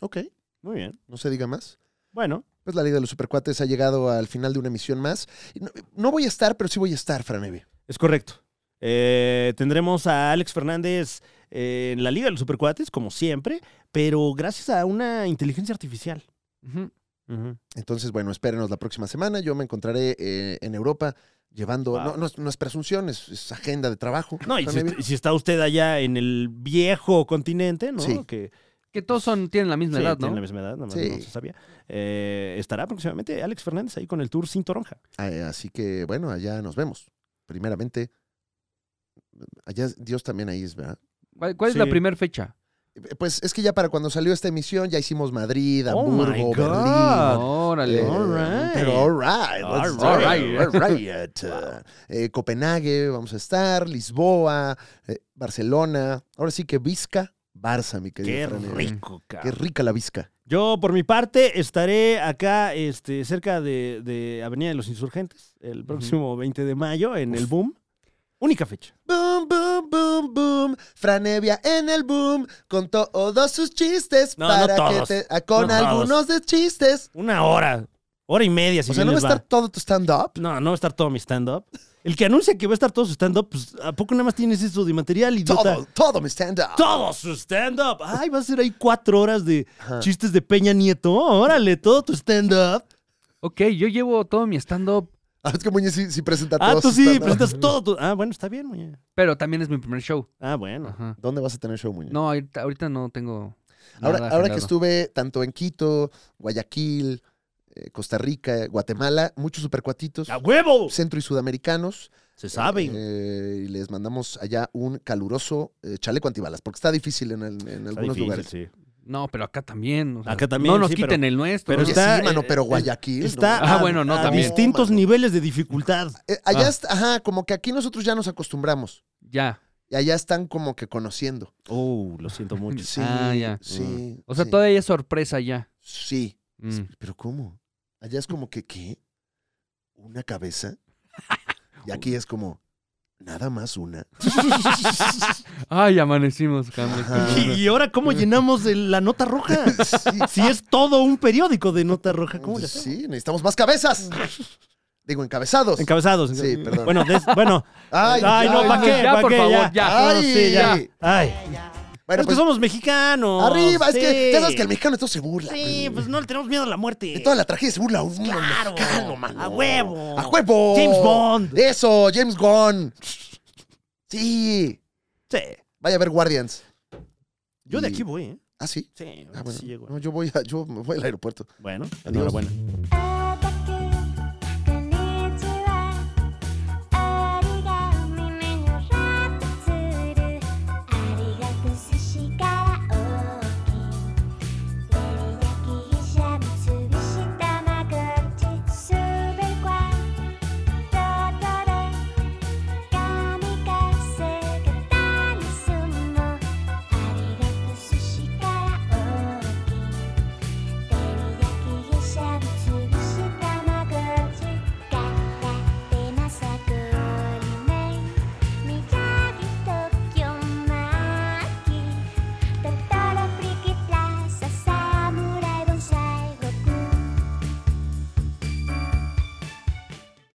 C: Ok,
D: Muy bien.
C: no se diga más.
D: Bueno,
C: Pues la Liga de los Supercuates ha llegado al final de una emisión más. Y No, no voy a estar, pero sí voy a estar, Franevi.
D: es correcto. Eh, tendremos a Alex Fernández eh, en la Liga de los Supercuates, como siempre, pero gracias a una inteligencia artificial.
E: Ujú.
C: Entonces, bueno, espérenos la próxima semana. Yo me encontraré eh, en Europa llevando.
D: Wow.
C: No, no es, no es presunción, es, es agenda de trabajo.
D: No, y si,
C: Franevi.
D: est- si está usted allá en el viejo continente, ¿no?
C: Sí.
D: Que
E: Que todos son, tienen la misma
D: sí,
E: edad,
D: tiene
E: ¿no?
D: la misma edad, nada más
C: Sí.
D: no se sabía. Eh, estará próximamente Alex Fernández ahí con el tour sin toronja.
C: Ah, Así que, bueno, allá nos vemos. Primeramente, allá Dios también ahí es, ¿verdad?
E: ¿Cuál, cuál es la
D: Sí.
E: primera fecha?
C: Eh, Pues es que ya para cuando salió esta emisión ya hicimos Madrid,
D: Oh my
C: Hamburgo,
D: God.
C: Berlín.
E: Órale.
C: Eh,
D: All right.
C: Pero all right, let's
D: All
C: do it,
E: right.
D: [laughs]
C: all right. Eh, Copenhague, vamos a estar, Lisboa, eh, Barcelona. Ahora sí que Vizca, Barça, mi
D: Qué
C: querido. Fran.
D: rico,
C: Qué
D: cabrón.
C: rica la Vizca.
D: Yo, por mi parte, estaré acá este, cerca de, de Avenida de los Insurgentes el próximo 20 de mayo en el Boom. Única fecha.
C: Boom, boom, boom, boom. Franevia en el boom. Con todos sus chistes.
D: No,
C: para
D: no todos.
C: que te. ah, con
D: No todos.
C: algunos de chistes.
D: Una hora, hora y media, si
C: o sea,
D: bien
C: no va a
D: les
C: estar todo tu stand-up.
D: No, no va a estar todo mi stand-up. El que anuncia que va a estar todo su stand-up, pues, ¿a poco nada más tienes eso de material, idiota?
C: Todo, Ah. todo mi stand-up.
D: Todo su stand-up. Ay, va a ser ahí cuatro horas de
C: Ajá.
D: chistes de Peña Nieto. Órale, todo tu stand-up.
E: Ok, yo llevo todo mi stand-up,
C: Ah, es que Muñe sí, sí presenta
D: Ah,
C: todo
D: tú
C: su
D: sí,
C: stand-up.
D: presentas todo tu... Ah, bueno, está bien, muñe.
E: pero también es mi primer show.
D: Ah, bueno.
E: Ajá.
C: ¿Dónde vas a tener show, Muñe?
E: No, ahorita, ahorita no tengo.
C: Ahora,
E: nada
C: ahora que
E: agendado.
C: estuve tanto en Quito, Guayaquil, eh, Costa Rica, Guatemala, muchos supercuatitos,
D: ¡A huevo!
C: centro y sudamericanos.
D: Se Ah, saben.
C: Eh, y les mandamos allá un caluroso eh, chaleco antibalas, porque está difícil en, el- en
D: Está
C: algunos
D: difícil,
C: lugares.
D: sí.
E: No, pero acá también. o sea,
D: Acá también,
E: No nos
D: sí,
E: quiten
D: pero-
E: el nuestro.
D: pero
C: Oye,
D: está,
C: sí, mano,
D: eh,
C: pero
D: eh,
C: Guayaquil. no
D: Está
C: mames.
E: Ah,
D: a-
E: bueno, no,
D: a
E: también.
D: distintos
C: No, mano.
D: niveles de dificultad.
C: Eh, allá,
E: Ah.
C: está- ajá, como que aquí nosotros ya nos acostumbramos.
E: Ya.
C: Y allá están como que conociendo.
D: Oh, lo siento mucho.
C: Sí,
E: Ah, ya.
C: sí.
E: O sea,
C: sí,
E: todavía es sorpresa ya.
C: Sí.
E: Mm.
C: Pero ¿cómo? Allá es como que, ¿qué?
D: [laughs]
C: ¿Una cabeza? Y aquí es como, nada más una.
D: [laughs]
E: Ay, amanecimos, Hamlet,
C: Ajá.
E: con
D: ¿Y,
E: una-
D: y ahora cómo llenamos el- la nota roja?
C: Sí.
D: Si es todo un periódico de nota roja, ¿cómo le hacemos?
C: Sí, necesitamos
D: [laughs]
C: más cabezas. Digo, encabezados.
D: Encabezados.
C: Sí,
D: encabezados.
C: perdón.
D: Bueno, des-
C: [laughs]
D: bueno.
C: Ay,
D: Ay, no,
E: ya,
D: ¿para qué?
E: ya,
D: ¿Para
E: por
D: qué?
E: favor,
D: ya.
E: ya.
D: Ay,
C: Ay,
D: sí, ya.
C: ya.
D: Ay.
C: Bueno,
D: es que
C: pues,
D: somos mexicanos.
C: arriba, es que
D: sí.
C: ya sabes que el mexicano esto se burla.
D: Sí, pues no le tenemos miedo a la muerte.
C: De toda la tragedia se burla un
D: Claro,
C: mexicano, mano.
D: a huevo.
C: A huevo.
D: James Bond.
C: Eso, James Bond. Sí.
D: Sí.
C: Vaya a ver Guardians.
D: Yo de
C: Y-
D: aquí voy, ¿eh?
C: Ah, sí.
D: Sí,
C: Ah, bueno.
D: sí llego.
C: No, yo voy, a- yo me voy al aeropuerto.
D: Bueno,
C: Adiós.
D: enhorabuena.